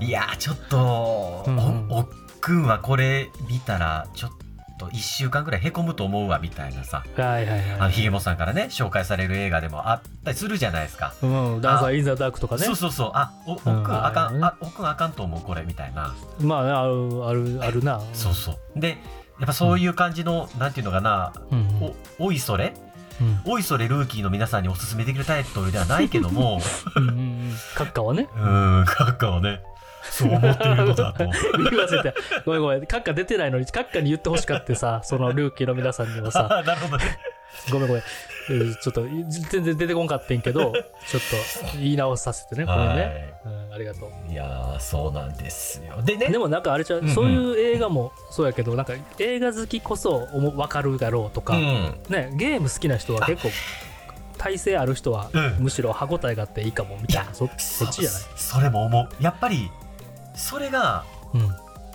S2: うん
S1: いやーちょっと、
S2: うんうん
S1: おおっくんはこれ見たらちょっと1週間ぐらいへこむと思うわみたいなさ
S2: はいはい
S1: あ
S2: は
S1: の
S2: い。
S1: ひげもさんからね紹介される映画でもあったりするじゃないですか。
S2: うん、ダンサーインザダークとかね
S1: そう。そうそうあおおっく
S2: うん
S1: んあか
S2: あ
S1: ん、
S2: るよね
S1: あおっくんあかんと思うこれみたいな、
S2: まあね、ある、ある、あるな。
S1: そうそうでやっぱそういう感じの、なんていうのかな
S2: うん。うん。
S1: おおいそれ
S2: うん
S1: おいそれルーキーの皆さんにおすすめできるタイトルではないけど も
S2: うんうんうん。閣下はね。
S1: うーん閣下はねそう思っているのだと
S2: 言わせて。ごめんごめん。閣下出てないのに、閣下に言ってほしかってさ、そのルーキーの皆さんにはさ、
S1: あなるほどね
S2: ごめんごめん。うんちょっと、全然出てこんかってんけど、ちょっと言い直させてね。ごめんね。
S1: はい
S2: うん、ありがとう。
S1: いやーそうなんですよでね
S2: でもなんかあれちゃう、
S1: うんうん
S2: そういう映画もそうやけど、なんか映画好きこそ思うわかるだろうとか、
S1: うん
S2: ね、ゲーム好きな人は結構、体勢ある人は
S1: うん
S2: むしろ歯応えがあっていいかもみたいな、そそっちじゃない
S1: そそれも思うやっぱりそれが
S2: うん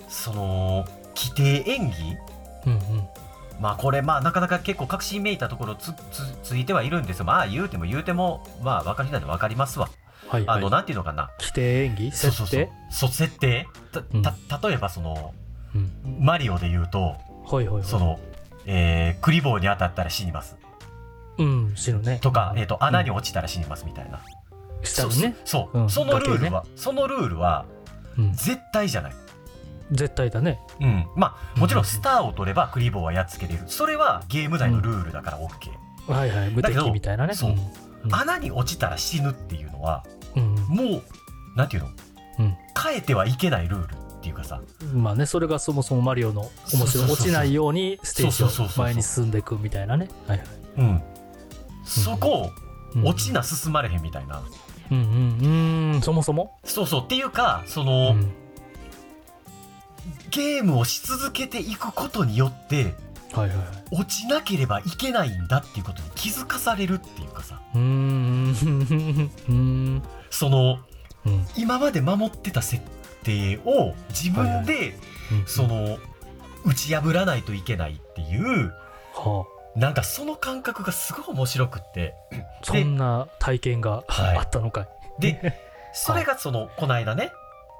S1: その規定演技
S2: うんうん
S1: まあこれまあなかなか結構確信めいたところつつついてはいるんですよまあ言うても言うてもまあ分かる人は分かりますわ
S2: はい
S1: あ
S2: はい
S1: のなんていうのかな
S2: 規定演技
S1: そうそう
S2: 設
S1: そ
S2: 定
S1: うそう設定たた例えばその
S2: うん
S1: マリオで言うと
S2: はいはい
S1: そ
S2: は
S1: のえークリボーに当たったら死にます
S2: いうん死ぬね
S1: とか、えー、と穴に
S2: うん
S1: 落ちたら死にますみたいな、
S2: 下のね
S1: そう
S2: うん
S1: そのルールは、そのルールは
S2: うん
S1: 絶対じゃない、
S2: 絶対だね
S1: うん、まあもちろ
S2: うん
S1: んスターを取ればクリボーはやっつけれるそれはゲーム内のルールだから OK、
S2: はいはい無
S1: だけど
S2: 敵みたいなね
S1: そうん
S2: うん
S1: 穴に落ちたら死ぬっていうのは
S2: う
S1: も
S2: ん
S1: うなんていうの、
S2: うん
S1: 変えてはいけないルールっていうかさ
S2: まあねそれがそもそもマリオの面
S1: そうそうそう
S2: 白い
S1: そう
S2: 落ちないようにステ
S1: そうそうそ
S2: ー
S1: う
S2: ジ
S1: そう
S2: を前に進んでいくみたいなねはいはい
S1: うんそこ
S2: うん
S1: 落ちな進まれへんみたいな、
S2: うんうんうんそもそも
S1: そうそうっていうかそうの、
S2: ん
S1: ゲームをし続けていくことによって
S2: はいはいはい
S1: 落ちなければいけないんだっていうことに気づかされるっていうかさ
S2: うーんうーん
S1: その
S2: うん
S1: 今まで守ってた設定を自分で
S2: うん
S1: その打ち破らないといけないっていう
S2: は
S1: なんかその感覚がすごい面白くって
S2: あそんな体験が
S1: はい
S2: あったのかい
S1: でそれがそのこの間ね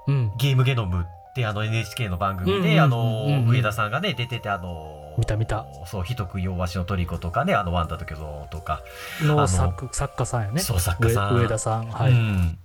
S2: うん
S1: 「ゲームゲノム」ってあの NHK の番組
S2: うんうん
S1: であの
S2: うんうん
S1: 上田さんがね出ててあの
S2: 見た見た
S1: そう「ひとくよわしのトリコ」とかね「あのワンダとけぞ」とかあ
S2: の
S1: の
S2: 作作家さんやね
S1: そう作家さん
S2: 上上田さんはい、
S1: うん
S2: うん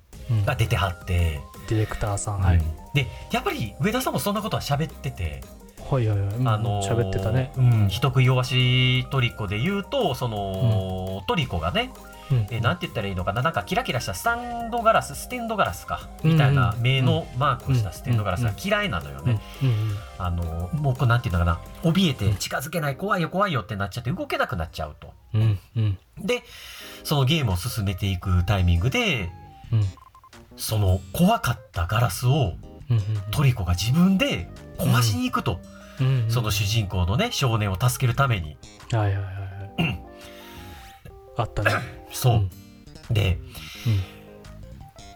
S1: が出てはって。
S2: ディレクターさん、はい
S1: うんでやっぱり上田さんもそんなことは喋ってて、
S2: はいはいはいうん
S1: あのー
S2: 喋ってたね、
S1: うん、人食い弱しトリコで言うとその、トリコがね
S2: うん
S1: えなんて言ったらいいのかななんかキラキラしたスタンドガラスステンドガラスか
S2: うん
S1: みたいな
S2: うん
S1: 目のマークをしたステンドガラスが嫌いなのよね、
S2: うんうん
S1: あのーもうこうなんて言うのかな怯えて近づけない怖いよ怖いよってなっちゃって動けなくなっちゃうと
S2: うんうん
S1: でそのゲームを進めていくタイミングで
S2: うん
S1: その怖かったガラスを
S2: うん
S1: トリコが自分で壊しに行くと、
S2: うんうん
S1: その主人公のね少年を助けるために
S2: はいはいはいはいあったね
S1: そう、
S2: うん
S1: で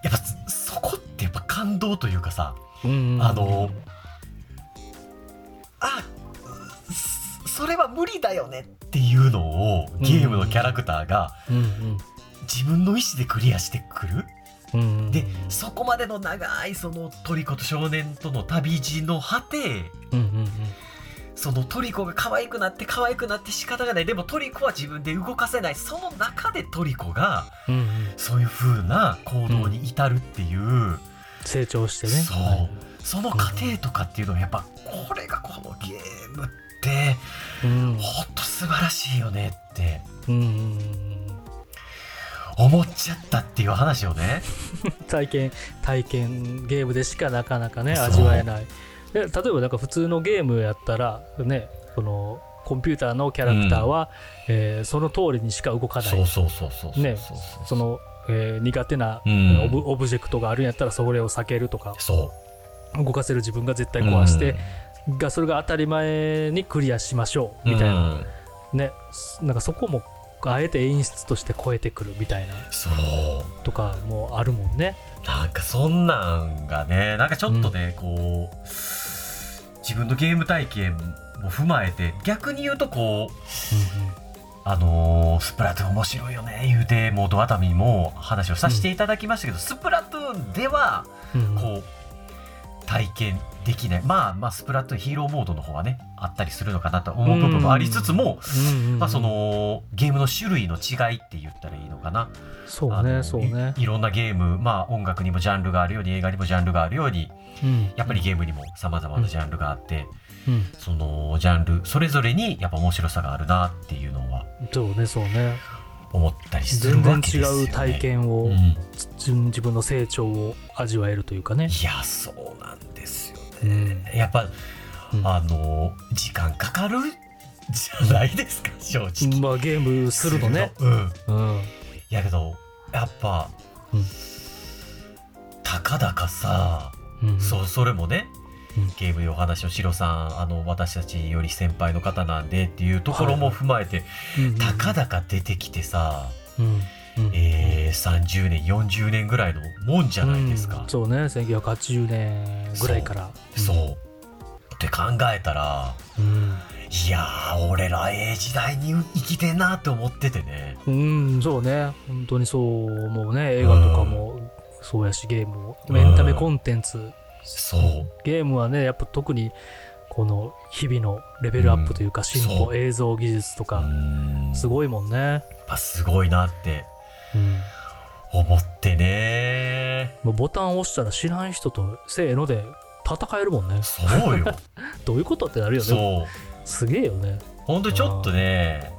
S1: やっぱそそこってやっぱ感動というかさ
S2: うんうんうん
S1: あのあそそれは無理だよねっていうのをゲームのキャラクターが
S2: うんうん
S1: 自分の意思でクリアしてくる、
S2: うんうん
S1: でそこまでの長いそのトリコと少年との旅路の果て
S2: うんうんうん
S1: そのトリコが可愛くなって可愛くなって仕方がないでもトリコは自分で動かせないその中でトリコが
S2: うんうん
S1: そういう風な行動に至るっていう、
S2: 成長してね
S1: そう
S2: はい
S1: その過程とかっていうのはやっぱこれがこのゲームって
S2: うん
S1: ほんと素晴らしいよねって
S2: うんうんうん
S1: 思っちゃったっていう話をね
S2: 体験体験ゲームでしかなかなかね
S1: そう
S2: 味わえないで例えばなんか普通のゲームやったらねこのコンピューターのキャラクターは、えーその通りにしか動かない
S1: そうそうそうそうそう
S2: ね
S1: そうそう
S2: その、えー苦手な、
S1: うん
S2: オブオブジェクトがあるんやったらそれを避けるとか
S1: そ
S2: 動かせる自分が絶
S1: う
S2: 対壊して、がそれが当たり前にクリアしましょうみたいな、
S1: うん
S2: ねなんかそこもあえて演出として超えてくるみたいな
S1: そう
S2: とかもあるもんね
S1: なんかそんなんがねなんかちょっとね、こう自分のゲーム体験も踏まえて逆に言うとこうあのースプラトゥーン面白いよね言うてもうドアタミにも話をさせていただきましたけど、スプラトゥーンでは
S2: うんうんうん
S1: こう体験できないまあまあスプラトゥーンヒーローモードの方はねあったりするのかなと思う部分もありつつも、
S2: うんうんうん
S1: まあ、そのゲームの種類の違いって言ったらいいのかな
S2: そう
S1: あの
S2: ねそうね
S1: いいろんなゲーム、まあ、音楽にもジャンルがあるように映画にもジャンルがあるように
S2: うん
S1: やっぱりゲームにもさまざまなジャンルがあって、
S2: うん
S1: そのジャンルそれぞれにやっぱ面白さがあるなっていうのは
S2: そうねそうね
S1: 思ったりする
S2: 全然
S1: わけです
S2: 違
S1: よ、ね、
S2: う体験を、
S1: うん
S2: 自自分の成長を味わえるというかね
S1: いやそうなんですよ
S2: う
S1: ね、
S2: ん
S1: やっぱ、
S2: うん
S1: あの時間かかるじゃないですか正直、
S2: まあゲームするのね
S1: うん
S2: うん
S1: やけどやっぱ、
S2: うん
S1: たかだかさ、
S2: うん
S1: そうそれもね
S2: うん
S1: ゲームのお話をシロさんあの私たちより先輩の方なんでっていうところも踏まえて、
S2: うん
S1: たかだか出てきてさ、
S2: うんうん
S1: えー30年40年ぐらいのもんじゃないですか、
S2: うんそうね1980年ぐらいから
S1: そうって考えたら
S2: うん
S1: いやー俺らええ時代に生きてんなって思っててね
S2: うん、そうね。本当にそう思うね。映画とかもそうやし、ゲームも。エンタメコンテンツ。
S1: そう
S2: ゲームはね、やっぱ特に、この日々のレベルアップというか、進
S1: そ
S2: 歩、
S1: う
S2: 映像技術と
S1: う
S2: か、
S1: ん
S2: すごいもんね。
S1: やっぱすごいなって
S2: うん。
S1: 思ってね
S2: もうボタンを押したら知らん人とせーので戦えるもんね。
S1: そうよ
S2: ど ういうことってなるよね。
S1: そう
S2: すげえよね。
S1: ほんとちょっとね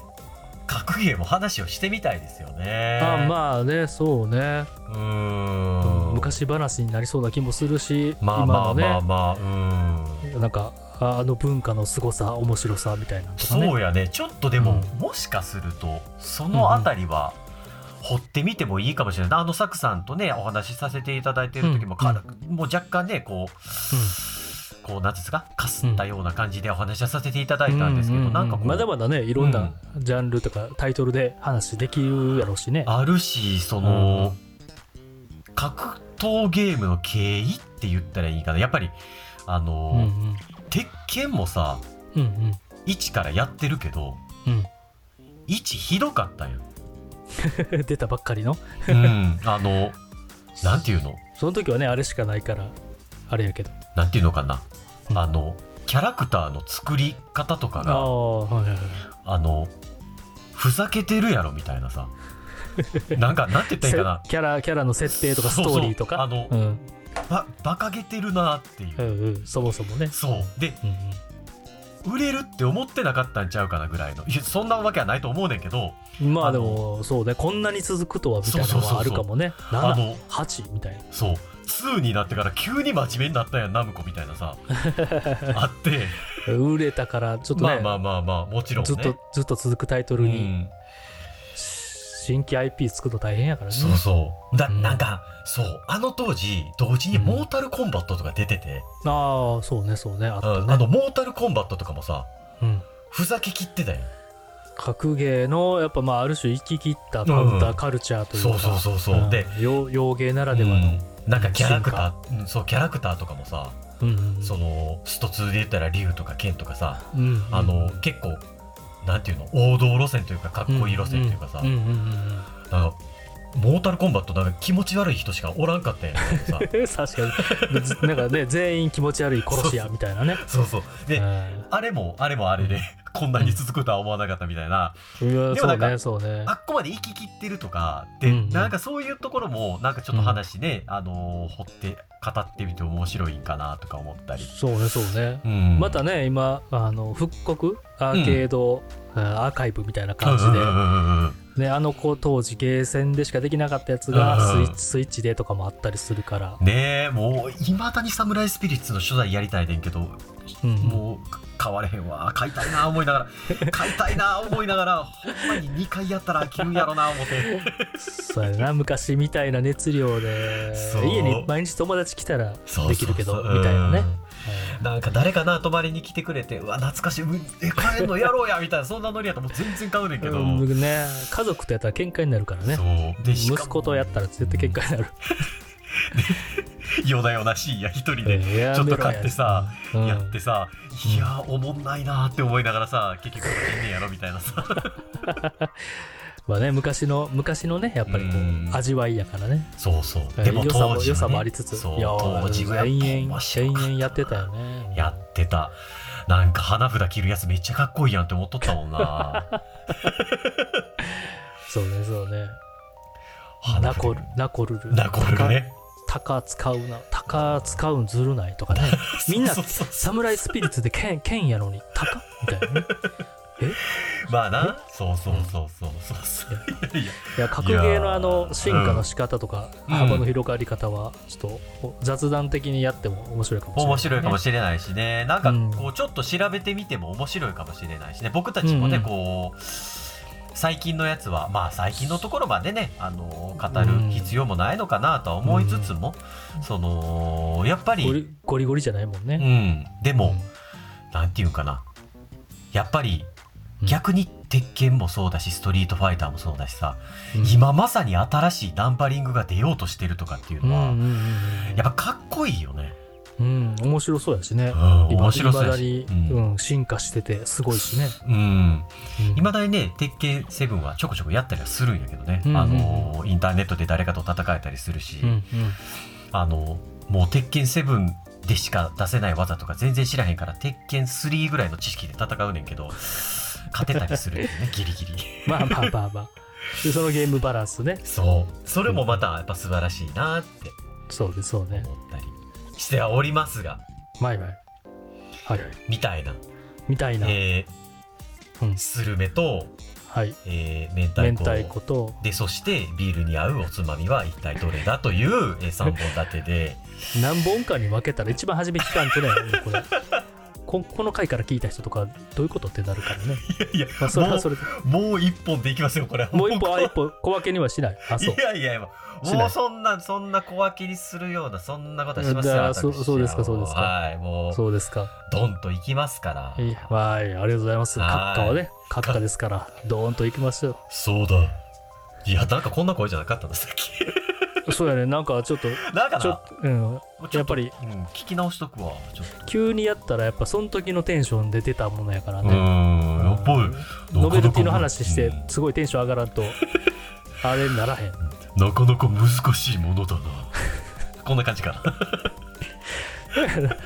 S1: 格ゲーも話をしてみたいですよね
S2: あまあね、そうね。
S1: うーん
S2: 昔話になりそうな気もするし、
S1: まあまあ
S2: 今
S1: まあ
S2: はね、
S1: まあ、うん
S2: なんか、ああの文化の凄さ、面白さみたいなのとかね。
S1: そうやねちょっとでも、
S2: う
S1: もしかするとそのあたりは掘ってみてもいいかもしれない、あのサクさんとねお話しさせていただいてる時も、
S2: うん
S1: かもう若干ねこうこうなんていうんですかかすったような感じでお話しさせていただいたんですけど、
S2: ううう
S1: なんかこう、
S2: まだまだねいろんなジャンルとかタイトルで話できるやろうしね、
S1: あるしその、格闘ゲームの経緯って言ったらいいかなやっぱりあの、
S2: うんうん
S1: 鉄拳もさ
S2: うんうん
S1: 1からやってるけど
S2: う
S1: 1ひどかったやん、うん
S2: 出たばっかりの
S1: ん、あのなんていうの
S2: その時はねあれしかないからあれやけど
S1: なんていうのかな、
S2: うん
S1: あのキャラクターの作り方とか
S2: あ
S1: が
S2: あはいはいはい
S1: あのふざけてるやろみたいな さなんかなんて言ったらいいかな
S2: せキャラキャラの設定とか
S1: そ
S2: ス
S1: うそう
S2: トーリーとか
S1: あの、
S2: うん
S1: ばバカげてるなっていう、
S2: うんうんそもそもね
S1: そうで
S2: うん
S1: 売れるって思ってなかったんちゃうかなぐらいのいやそんなわけはないと思うねんけど
S2: うんまあ
S1: あ
S2: で
S1: の
S2: もそうねこんなに続くとはみたいなのはあるかもね
S1: あ
S2: 7
S1: の
S2: 8みたいな
S1: そう2になってから急に真面目になったやんナムコみたいな さあって
S2: 売れたからちょっと
S1: まあ
S2: ね
S1: まあまあまあもちろんね
S2: ずっとずっと続くタイト
S1: う
S2: ルに
S1: ん、
S2: 新規 IP 作るの大変やからね
S1: そうそうだ、
S2: うん
S1: なんかそうあの当時同時に
S2: うん
S1: モータルコンバットとか出てて、
S2: ああそうねそうねあっ
S1: う
S2: たね、
S1: んあのモータルコンバットとかもさ
S2: うん
S1: ふざけきってたよ
S2: 格ゲーのやっぱまあある種行き切ったカウンターカルチャーというか、
S1: そうそうそうそう、
S2: ん
S1: で、
S2: 洋洋芸ならで
S1: う
S2: はの
S1: ん、なんかキャラクター、うんそうキャラクターとかもさ、
S2: うんうん
S1: そのスト2で言ったら竜とか剣とかさ
S2: うんうん
S1: あの、結構なんていうの王道路線というかかっこいい路線というかさ、
S2: うんうんうん うん
S1: なんかモータルコンバットなんか気持ち悪い人しかおらんかったんやけどさ
S2: 確かにずなんかね全員気持ち悪い殺し屋みたいなね
S1: そうそうで、
S2: うん
S1: あれもあれもあれでこんなに続くとは思わなかったみたいな、
S2: うわ
S1: でも
S2: そ
S1: な
S2: うん
S1: か
S2: ねそうね
S1: あっこまで行ききってるとかで、
S2: うんうん
S1: なんかそういうところもなんかちょっと話ね、あのー掘って語ってみて面白いんかなとか思ったり、
S2: そうねそうね
S1: うん
S2: またね今あの復刻アーケード、うんアーカイブみたいな感じで、
S1: うんうんうんうん
S2: ね、あの子当時ゲーセンでしかできなかったやつがスイ,、
S1: うん
S2: スイッチでとかもあったりするから、
S1: ねえもういまだに「サムライスピリッツ」の初代やりたいねんけど、
S2: うん
S1: もうか買われへんわ買いたいな思いながら買いたいな思いながらほんまに2回やったら飽きるんやろな思って
S2: そうやな昔みたいな熱量で
S1: そう
S2: 家に毎日友達来たら
S1: そう
S2: できるけど
S1: そうそう
S2: みたいなね
S1: う、んなんか誰かな泊まりに来てくれてうわ懐かしいうえ帰んのやろうやみたいなそんなノリやったらもう全然買うねんけど、
S2: うんうんね、家族とやったら喧嘩になるからね
S1: そうでしかも
S2: 息子とやったら絶対喧嘩になる、
S1: 夜な夜な深夜一人で
S2: うんやめろや
S1: ちょっと買ってさ、
S2: うん
S1: やってさ、
S2: うん
S1: いやーおもんないなーって思いながらさ結局いんねやろみたいなさ
S2: まあね、昔の昔のねやっぱりこう、
S1: うん
S2: 味わいやからね
S1: そうそうで
S2: 良
S1: も
S2: さ
S1: 当
S2: も
S1: 時
S2: 良
S1: は
S2: さ
S1: ね
S2: もありつつ
S1: そう
S2: いや
S1: 当時はやっぱ
S2: 延
S1: 面
S2: 々
S1: 白か
S2: 延
S1: った
S2: 々やってたよね
S1: やってたなんか花札切るやつめっちゃかっこいいやんって思っとったもん な
S2: そうねそうね
S1: 花
S2: ナ
S1: 札
S2: コルナコルル
S1: ナコルルね
S2: タカ使うな、タカ使うんずるないとかね。みん な
S1: そうそうそう
S2: サムライスピリッツで剣剣やのにタカみたいなね。
S1: まあなそうそうそうそうそうそういやいや
S2: いや、格ゲーのあ
S1: い
S2: の
S1: や
S2: 進化の仕方とか、
S1: うん
S2: 幅の広がり方は、ちょっと雑談的にやっても面白いかもしれない、
S1: 面白いかもしれないしねなんか
S2: うん
S1: こうちょっと調べてみても面白いかもしれないしね僕たちも
S2: うん
S1: ね、
S2: うん
S1: こう最近のやつはまあ最近のところまでねあの語る必要もないのかなとは思いつつも、そのやっぱ
S2: ゴ
S1: り、
S2: リゴリゴリじゃないもん
S1: う
S2: ね。
S1: ん、で
S2: う
S1: も、
S2: ん
S1: なんていうかなやっぱり
S2: うん
S1: 逆に鉄拳もそうだしストリートファイターもそうだしさ、
S2: うん
S1: 今まさに新しいナンパリングが出ようとしてるとかっていう
S2: うん
S1: の
S2: う
S1: は、
S2: んうんうん
S1: やっぱかっこいいよね
S2: うん、面白そうやしね
S1: うん。面白そうやし
S2: いまだに、
S1: うん
S2: うん、進化しててすごいしね。
S1: うん
S2: うん
S1: いまだにね鉄拳セブンはちょこちょこやったりはするんやけどね、
S2: うんうんうん
S1: あのインターネットで誰かと戦えたりするし、
S2: うんうん
S1: あのもう鉄拳セブンでしか出せない技とか全然知らへんから鉄拳3ぐらいの知識で戦うねんけど勝てたりするんだよ ねギリギリ
S2: まあまあまあまあ。で、そのゲームバランスね。
S1: そうそれもまたやっぱ素晴らしいなって
S2: そうです、そうね。
S1: 思ったりしてはおりますが
S2: まあまあ。はい。
S1: みたいな、
S2: みたいな。
S1: えー
S2: うん
S1: スルメと、
S2: はい。
S1: えー明太
S2: 明
S1: 子
S2: 太子と、
S1: でそしてビールに合うおつまみは一体どれだという3本立て で
S2: 何本かに分けたら一番初め聞かんとね、うんこれ。ここの回から聞いた人とか、どういうことってなるからね。
S1: いや
S2: まあ、それはそれで。
S1: もうもう1本でいきますよこれは
S2: もう一歩、あ、一歩、小分けにはしない。あ、そう
S1: い。やいやいやも
S2: し
S1: う
S2: な
S1: も
S2: いう
S1: そんなそんな小分けにするようなそんなことはします
S2: だ
S1: よ
S2: からそう
S1: 私
S2: そうですかそうですか
S1: はいもう
S2: そうですか。
S1: ドンといきますから
S2: いやはい、ありがとうございます。
S1: はい
S2: 閣下はね、閣下ですから、ドーンと行きましょ
S1: そうだいやなんかこんな声じゃなかったんださっき
S2: う。そうやね、なんかちょっと、
S1: なんかな
S2: ちょっと、うん、
S1: ちょっと
S2: やっ
S1: うん、聞き直しとくわちょっと
S2: 急にやったら、やっぱその時のテンションで出たものやから
S1: うー
S2: ね。
S1: んやっぱり
S2: ノベルティの話し
S1: う
S2: て
S1: ん、
S2: すごいテンション上がらんと、あれにならへん。
S1: なかなか難しいものだな こんな感じかな
S2: だか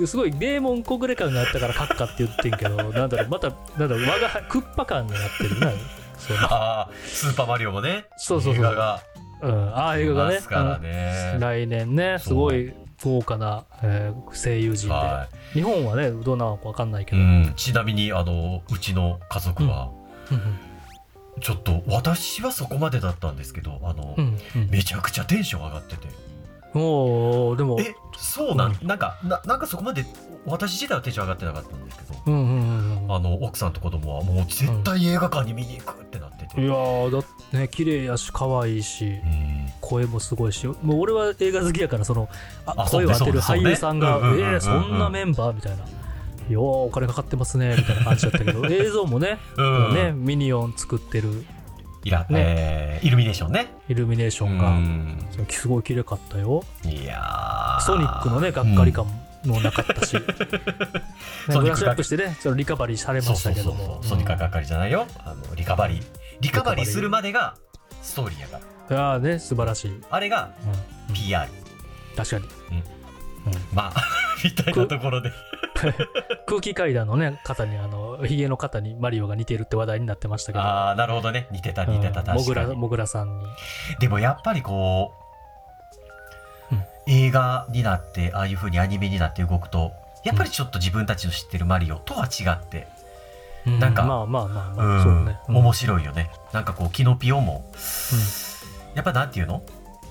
S2: らすごいデーモン小暮感があったから閣下って言ってん けどなんだろうまたなんだろう我が輩クッパ感になってるなそう
S1: ああスーパーマリオもね
S2: そうそうそう
S1: 映画が
S2: うん、ああ映画がね
S1: 出ますからね
S2: うん来年ねすごい豪華な、えー声優陣で、
S1: は
S2: 日本はねどうなのか分かんないけ
S1: い、う
S2: ど、
S1: ん、ちなみにあのうちの家族は、ちょっと私はそこまでだったんですけどあの、
S2: うんうんうん
S1: めちゃくちゃテンション上がってて
S2: おーでも
S1: えそうなん、
S2: う
S1: なんかななんかそこまで私自体はテンション上がってなかったんですけど
S2: うんうんうんうん
S1: あの奥さんと子供はもう絶対映画館に見に行くってなってて、
S2: いやーだってね綺麗やし可愛いし
S1: うん
S2: 声もすごいしもう俺は映画好きやからそのあ
S1: あそうね
S2: 声を当てる
S1: そうね
S2: 俳優さんが「
S1: そうねうんうんうんうん
S2: えー、そんなメンバー?」みたいな「ようお金かかってますね」みたいな感じだった けど映像もね,、
S1: うん
S2: ねミニオン作ってる
S1: いら、えーイルミネーションね
S2: イルミネーション
S1: う
S2: が
S1: ん
S2: すごい綺麗かったよ
S1: いやー
S2: ソニックのねがっかり感もなかったし、ね
S1: ソ
S2: ブ
S1: ニックが
S2: ラッシュアップしてねちょっとリカバリーされま
S1: そう
S2: し
S1: そ
S2: た
S1: う
S2: け
S1: そ
S2: ど
S1: う
S2: も
S1: そうソニック
S2: うん
S1: 係じゃないよあのリカバリーリカバリーするまでがストーリーやから
S2: ああね素晴らしい、うん
S1: あれが PR
S2: 確かに
S1: まあ みたいなところで
S2: 空気階段のね方にあのヒゲの方にマリオが似てるって話題になってましたけど
S1: ああなるほどね似てた似てた
S2: うんも
S1: 確
S2: ぐ
S1: からに
S2: もぐらさんに
S1: でもやっぱりこう、
S2: うん
S1: 映画になってああいう風にアニメになって動くとやっぱりちょっと自分たちの知ってるマリオとは違って、なんか
S2: うまあまあまあ
S1: う
S2: まあ、
S1: ん
S2: そうね、うん
S1: 面白いよねなんかこうキノピオも、やっぱなんていうの、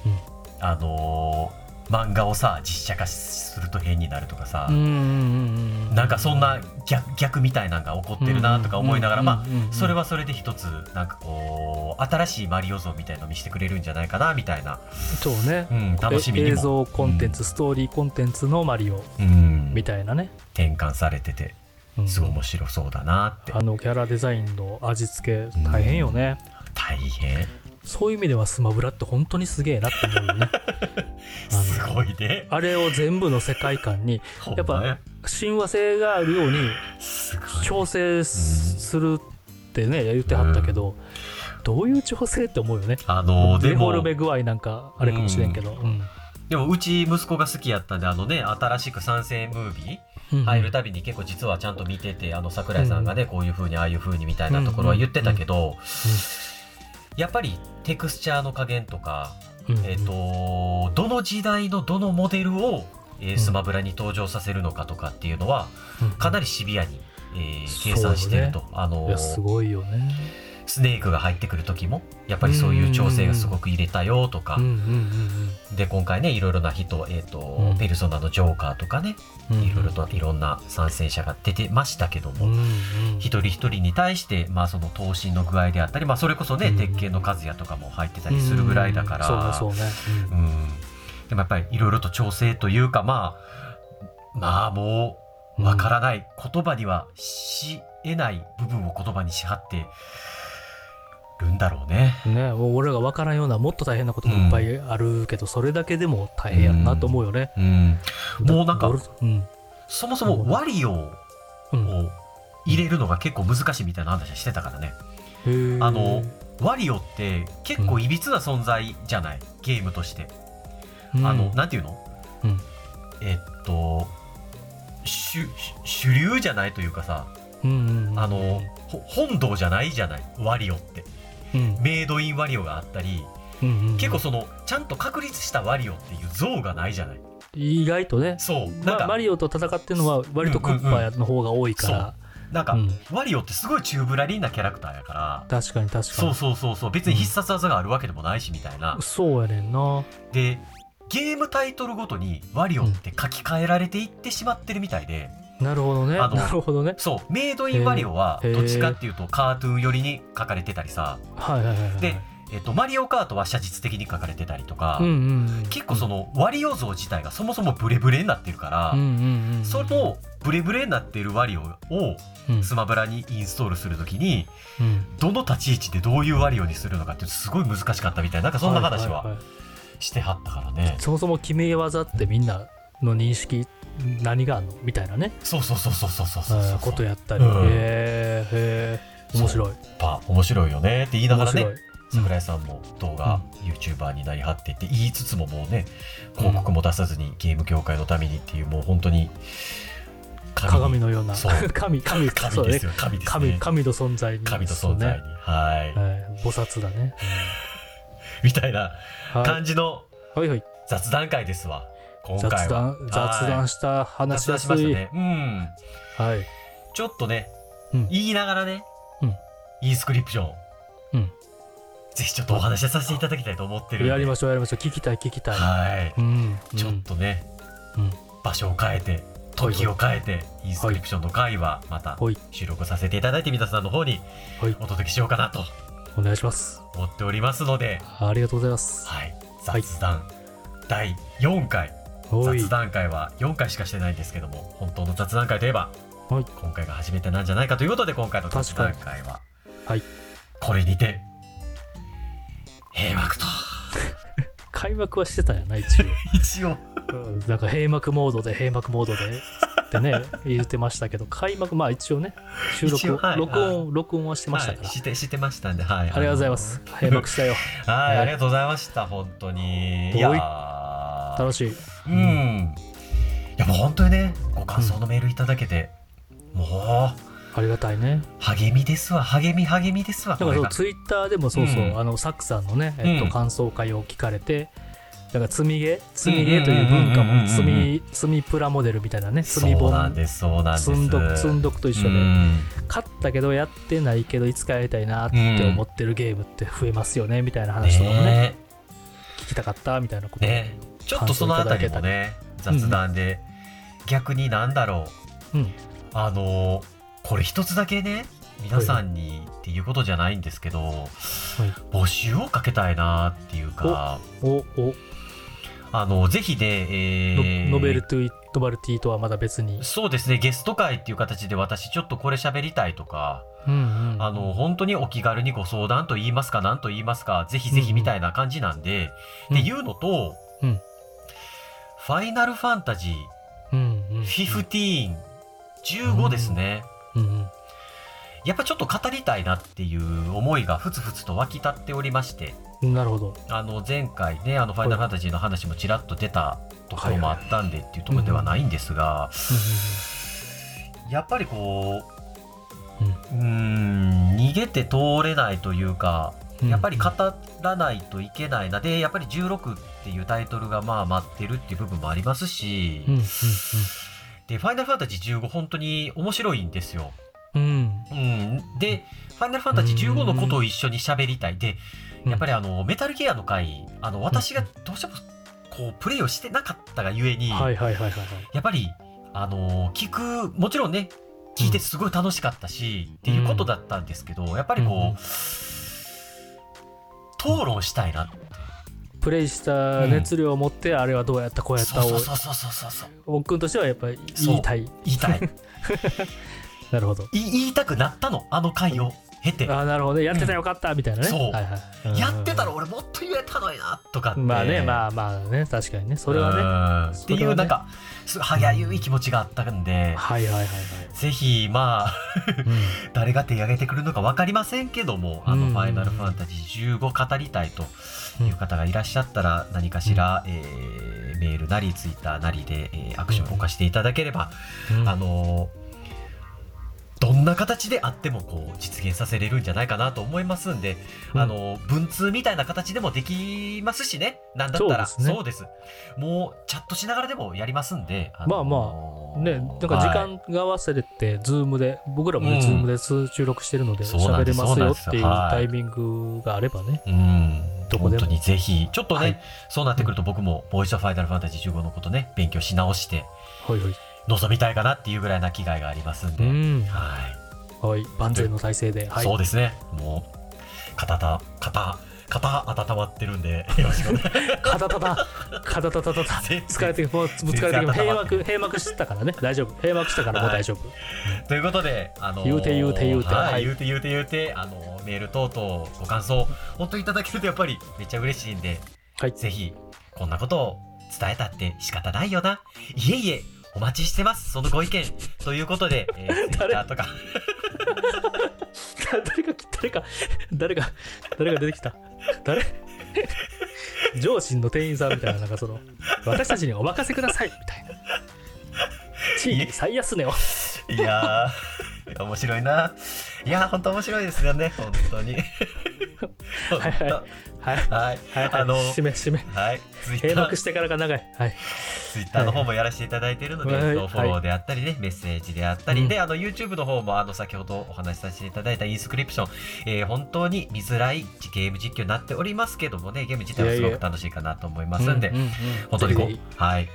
S2: うん
S1: あのー漫画をさ実写化すると変になるとかさ、
S2: うんうんうんうん
S1: なんかそんな逆逆みたいなのが起こってるなとか思いながら、まあ
S2: あ
S1: それはそれで一つなんかこう新しいマリオ像みたいのを見せてくれるんじゃないかなみたいな、
S2: そうね
S1: うん、楽しみにも
S2: え映像コンテンツ、ストーリーコンテンツのマリオ
S1: うん、うん
S2: みたいなね、
S1: 転換されてて
S2: うん
S1: すごい面白そうだなって、
S2: あのキャラデザインの味付け大変よね、
S1: 大変
S2: そういう意味ではスマブラって本当にすげえなって思うよね あの
S1: すごいね
S2: あれを全部の世界観にやっぱ
S1: ほんまや
S2: 親和性があるように
S1: すごい
S2: 調整すするってね言ってはったけど、どういう調整って思うよね
S1: あのー
S2: デ
S1: で
S2: フォ
S1: も
S2: ルメ具合なんかあれかもしれんけど、うん
S1: でもうち息子が好きやったんであのね新しく参戦ムービー
S2: うん
S1: 入るたびに結構実はちゃんと見ててあの桜井さんがね、こういう風にああいう風にみたいなところは言ってたけど、やっぱりテクスチャーの加減とか、
S2: うん
S1: えっ、とどの時代のどのモデルを、えー
S2: うん
S1: スマブラに登場させるのかとかっていうのは
S2: うん
S1: かなりシビアに、えー
S2: そうね
S1: 計算してると、あ
S2: い
S1: の
S2: やすごいよね。
S1: スネークが入ってくる時もやっぱりそういう調整がすごく入れたよとか、
S2: うんうん
S1: で今回ねいろいろな人、えーと
S2: うん
S1: ペルソナのジョーカーとかね
S2: うんうん。
S1: いろいろといろんな参戦者が出てましたけど
S2: う
S1: も、
S2: んうん。
S1: 一人一人に対して、まあ、その投資の具合であったり、まあ、それこそね、
S2: うん
S1: 鉄拳の数やとかも入ってたりするぐらいだから、
S2: そうねそうね。
S1: うんでもやっぱりいろいろと調整というかまあまあもうわからない、言葉にはしえない部分を言葉にしはってるんだろうね
S2: ね、もう俺らが分からんようなもっと大変なこともいっぱいあるけど、それだけでも大変やろなと思うよね。
S1: うんもうなんか
S2: ドルうん、
S1: そもそもワリオを
S2: うん、
S1: 入れるのが結構難しいみたいな話はしてたからね
S2: へー
S1: あのワリオって結構いびつな存在じゃない、ゲームとして
S2: うん
S1: あの、なんていうの、
S2: うん
S1: えっと主主流じゃないというかさ
S2: うんうんうん
S1: あの、ほ本堂じゃないじゃないワリオって
S2: うん
S1: メイドインワリオがあったり
S2: うんうん
S1: 結構そのちゃんと確立したワリオっていう像がないじゃない
S2: 意外とね、
S1: そうなん
S2: ま
S1: か、
S2: あ、マリオと戦ってるのは割とクッパの方が多いから、
S1: なんか、
S2: うん
S1: ワリオってすごいチューブラリーなキャラクターやから
S2: 確かに確か
S1: そう
S2: に
S1: そうそうそう別に必殺技があるわけでもないしみたいな、
S2: そうやねんな
S1: でゲームタイトルごとにワリオって書き換えられていってしまってるみたいで、
S2: なるほどね
S1: あ
S2: な
S1: の
S2: るほどね
S1: そうメイドインワリオは
S2: へー
S1: どっちかっていうとカートゥーン寄りに書かれてたりさ、
S2: はいはいはいはい
S1: でえっとマリオカートは写実的に書かれてたりとか、
S2: うんうんうん
S1: 結構そのワリオ像自体がそもそもブレブレになってるから、
S2: うんうんうん
S1: そのブレブレになってるワリオを
S2: うん
S1: スマブラにインストールするときに
S2: うん
S1: どの立ち位置でどういうワリオにするのかっていうのすごい難しかったみたいななんかそんな話
S2: いい
S1: はいしてはったからね、
S2: そもそも決め技ってみんなの認識何があんのみたいなね
S1: そうそうそうそうそうそうそう
S2: あ
S1: そ
S2: ー
S1: う
S2: ことやったり、
S1: うん
S2: へーへー面白い
S1: やっぱ面白いよねって言いなが
S2: 面
S1: ら
S2: 白い、
S1: ね桜井さんも動画 YouTuber になりはってって言いつつももうね広告も出さずにゲーム業界のためにっていうもう本当に
S2: 鏡のような
S1: そう
S2: 神神そ
S1: 神
S2: う
S1: で
S2: ね
S1: すよ神です
S2: 神
S1: ね
S2: 神の存在に
S1: 神の存在に、
S2: ね
S1: はい、
S2: はい、菩薩だね、
S1: みたいな
S2: うんはい
S1: 感じの
S2: はいはい
S1: 雑談会ですわ今
S2: 雑
S1: 回は
S2: 談雑談
S1: し
S2: した
S1: 雑
S2: 話しや
S1: 談し
S2: す
S1: ました
S2: い
S1: ねうん
S2: はい
S1: ちょっとね、
S2: うん
S1: 言いながらね、
S2: うん
S1: インスクリプション、
S2: うん
S1: ぜひちょっとお話しさせていただきたいと思ってるんで
S2: やりましょうやりましょう聞きたい聞きたい、
S1: はい、
S2: うんうん
S1: ちょっとね、
S2: うん
S1: 場所を変えて時を変えて、インスクリプションの回はまた
S2: はい
S1: 収録させていただいて皆さんの方に
S2: はい
S1: お届けしようかなと
S2: お願いします
S1: 思っておりますので、
S2: ありがとうございます
S1: はい、
S2: はい
S1: 雑談、第4回
S2: おい
S1: 雑談会は4回しかしてないんですけども本当の雑談会といえば、
S2: はい
S1: 今回が初めてなんじゃないかということで今回の雑談会は、
S2: はい
S1: これにて閉幕と
S2: 開幕はしてたんやな一応
S1: 一応
S2: うんなんか閉幕モードで閉幕モードでってね 言ってましたけど開幕まあ一応ね収録
S1: 一応はい
S2: 録音録音はしてました
S1: は
S2: か
S1: い、
S2: ら、
S1: してしてましたんで、はい、
S2: ありがとうございます閉幕したよ
S1: あのはい、
S2: はい
S1: ありがとうございました本当に
S2: はい
S1: いやー
S2: 楽しい
S1: うんいやもう本当にねご感想のメールいただけて、もう
S2: ありがたいね
S1: 励みですわ励み励みですわ
S2: だ
S1: これ
S2: からそ
S1: が
S2: うツイッターでもそうそう、
S1: うん
S2: あのサクさんのね、えっ
S1: う
S2: と、
S1: ん
S2: 感想会を聞かれて、だから積み毛積み毛という文化
S1: うんうんうんうんうんう
S2: も
S1: ん
S2: 積み積みプラモデルみたいなね積み
S1: そうなん
S2: 本
S1: ですそうなんです
S2: 積んどく積んどくと一緒で、
S1: うん
S2: 買ったけどやってないけどいつかやりたいなって思ってるゲームって増えますよねみたいな話とかもね
S1: ね
S2: 聞きたかったみたいなこと、
S1: ねちょっとそのあたりもね
S2: 感想
S1: 雑
S2: いただけたり
S1: 談で、逆になんだろ
S2: うん
S1: うあのこれ一つだけね皆さんにっていうことじゃないんですけど、募集をかけたいなっていうか
S2: おお
S1: あのぜひね、え
S2: の
S1: ー
S2: ノベルトゥイノバルティとはまだ別に、
S1: そうですねゲスト会っていう形で私ちょっとこれ喋りたいとか、
S2: うんうん
S1: あの本当にお気軽にご相談と言いますか何と言いますかぜひぜひみたいな感じなんで、
S2: うん
S1: っていうのと、
S2: うん
S1: ファイナルファンタジー
S2: うんうん
S1: 15、15ですね、
S2: うんうん
S1: やっぱちょっと語りたいなっていう思いがふつふつと湧き立っておりまして、
S2: うんなるほど
S1: あの前回ね、あのファイナルファンタジーの話もちらっと出たところもあったんでっていうところではないんですが、やっぱりこう、うーん、逃げて通れないというか、やっぱり語らないといけないな、で、やっぱり16っていうタイトルがまあ待ってるっていう部分もありますし、
S2: うんうん
S1: で、ファイナルファンタジー15、本当に面白いんですよ。
S2: うんう
S1: う
S2: ん
S1: ん、で、ファイナルファンタジー15のことを一緒に喋りたい。で、
S2: うん
S1: やっぱりあの、メタルギアの回、あの、私がどうしても、こう、プレイをしてなかったがゆえに、
S2: はいはいはいはいはい
S1: やっぱり、あの、聞く、もちろんね、聞いてすごい楽しかったし、っていうことだったんですけど、やっぱり
S2: うん
S1: こう、討論したいな。
S2: プレイした熱量を持って、あれはどうやったこうやっ
S1: そう
S2: た
S1: そ
S2: を
S1: うそうそうそうそう。
S2: 僕君としてはやっぱり言いたい
S1: 言いたい。
S2: なるほど
S1: い言いたくなったの、あの回を。経て、
S2: あなるほどねやってたらよかったみたいなね、
S1: そう
S2: はいはいうん
S1: やってたら俺もっと言えたのになとかって
S2: まあねまあまあね確かにねそれはね
S1: はって
S2: それ
S1: い
S2: は
S1: う
S2: ね
S1: なんかすごい歯がゆい気持ちがあったんで、
S2: はいはいはいはい、
S1: ぜひまあ 誰が手挙げてくるのか分かりませんけども「あの
S2: うん
S1: ファイナルファンタジー15」語りたいという方がいらっしゃったら何かしら、えーメールなりツイッターなりで、えーアクションを起こしていただければ、
S2: うんうん
S1: あのーどんな形であってもこう実現させれるんじゃないかなと思いますんで、
S2: うん
S1: あのー文通みたいな形でもできますしねなんだったら
S2: そうですね
S1: そうですもうチャットしながらでもやりますんで、
S2: ま
S1: あ
S2: あま
S1: のー
S2: ね、なんか時
S1: はい
S2: 間が合わせて、ズームで、僕ら
S1: う
S2: も
S1: ん
S2: ね、ズームで収録してるので、
S1: そうなん
S2: 喋
S1: で
S2: れ
S1: す
S2: ますよっていう
S1: そうなんです
S2: タイミングがあればね。
S1: うん
S2: どこ
S1: 本
S2: でも
S1: 当にぜひちょっとね、
S2: はい
S1: そうなってくると僕も「もう一度ファイナルファンタジー15」のことね勉強し直して
S2: はいはい。
S1: 臨みたいかなっていうぐらいな気概がありますん
S2: う
S1: で、
S2: ん。
S1: はい
S2: はい。万全の体制で。はい。
S1: そうですねもう肩た肩肩温まってるん でよろしくお願い
S2: カタタタ、カタタタタタ。
S1: 全然
S2: 疲れてきもう、もう疲れてきもう閉幕、閉幕したからね。大丈夫。閉幕したからもう大丈夫。
S1: ということで、あのー
S2: 言うて言うて言うて
S1: はい
S2: はい
S1: 言うて言うて言うて、あのーメール等々ご感想、本当にいただけるとやっぱりめっちゃ嬉しいんで、
S2: はい
S1: ぜひ、こんなことを伝えたって仕方ないよな。いえいえ、お待ちしてます。そのご意見。ということで、えー、ツイッ
S2: 誰
S1: ターとか、
S2: 誰か、誰か、誰か、誰か出てきた。誰上司の店員さんみたいな、なんかその、私たちにお任せください、みたいな。地域最安値を。
S1: いやー、面白いな。いやー、本当面白いですよね。本当 に。本
S2: はいはいはい。
S1: 当はい。
S2: はい、はい、
S1: あの
S2: 締め締め
S1: はい。ツイッ
S2: 閉
S1: ター
S2: 幕してからが長いはい
S1: ツイッターの方もやらせていただいているので、
S2: はい
S1: えっとフォローであったりね、メッセージであったり、
S2: うん
S1: で、あの、YouTube の方も、あの、先ほどお話しさせていただいたインスクリプション、えー本当に見づらいゲーム実況になっておりますけどもね、ゲーム自体はすごく楽しいかなと思いますんで、
S2: ううう
S1: 本当にこ
S2: ぜひぜ
S1: う、はい、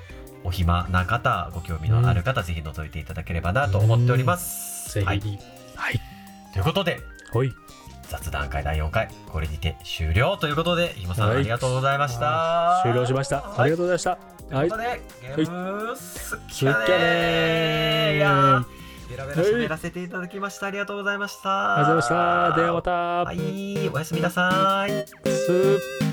S1: お暇な方、ご興味のある方、ぜひ覗いていただければなと思っております。
S2: ひぜ
S1: はい。
S2: ひはい
S1: ということで、
S2: ほい
S1: 雑談会第4回、これにて終了ということで、ひもさん、
S2: はい
S1: ありがとうございました
S2: あ。ー終了しました、
S1: はい
S2: ありがとうございました
S1: と
S2: は
S1: いう
S2: い
S1: ことで、ゲームスキ
S2: 好
S1: ャ
S2: き
S1: ネ
S2: やね
S1: ー
S2: ー
S1: いやーベラベラ喋らせていただきました。ありがとうございました。
S2: ありがとうございましたではまた、
S1: はい、おやすみなさい。
S2: スー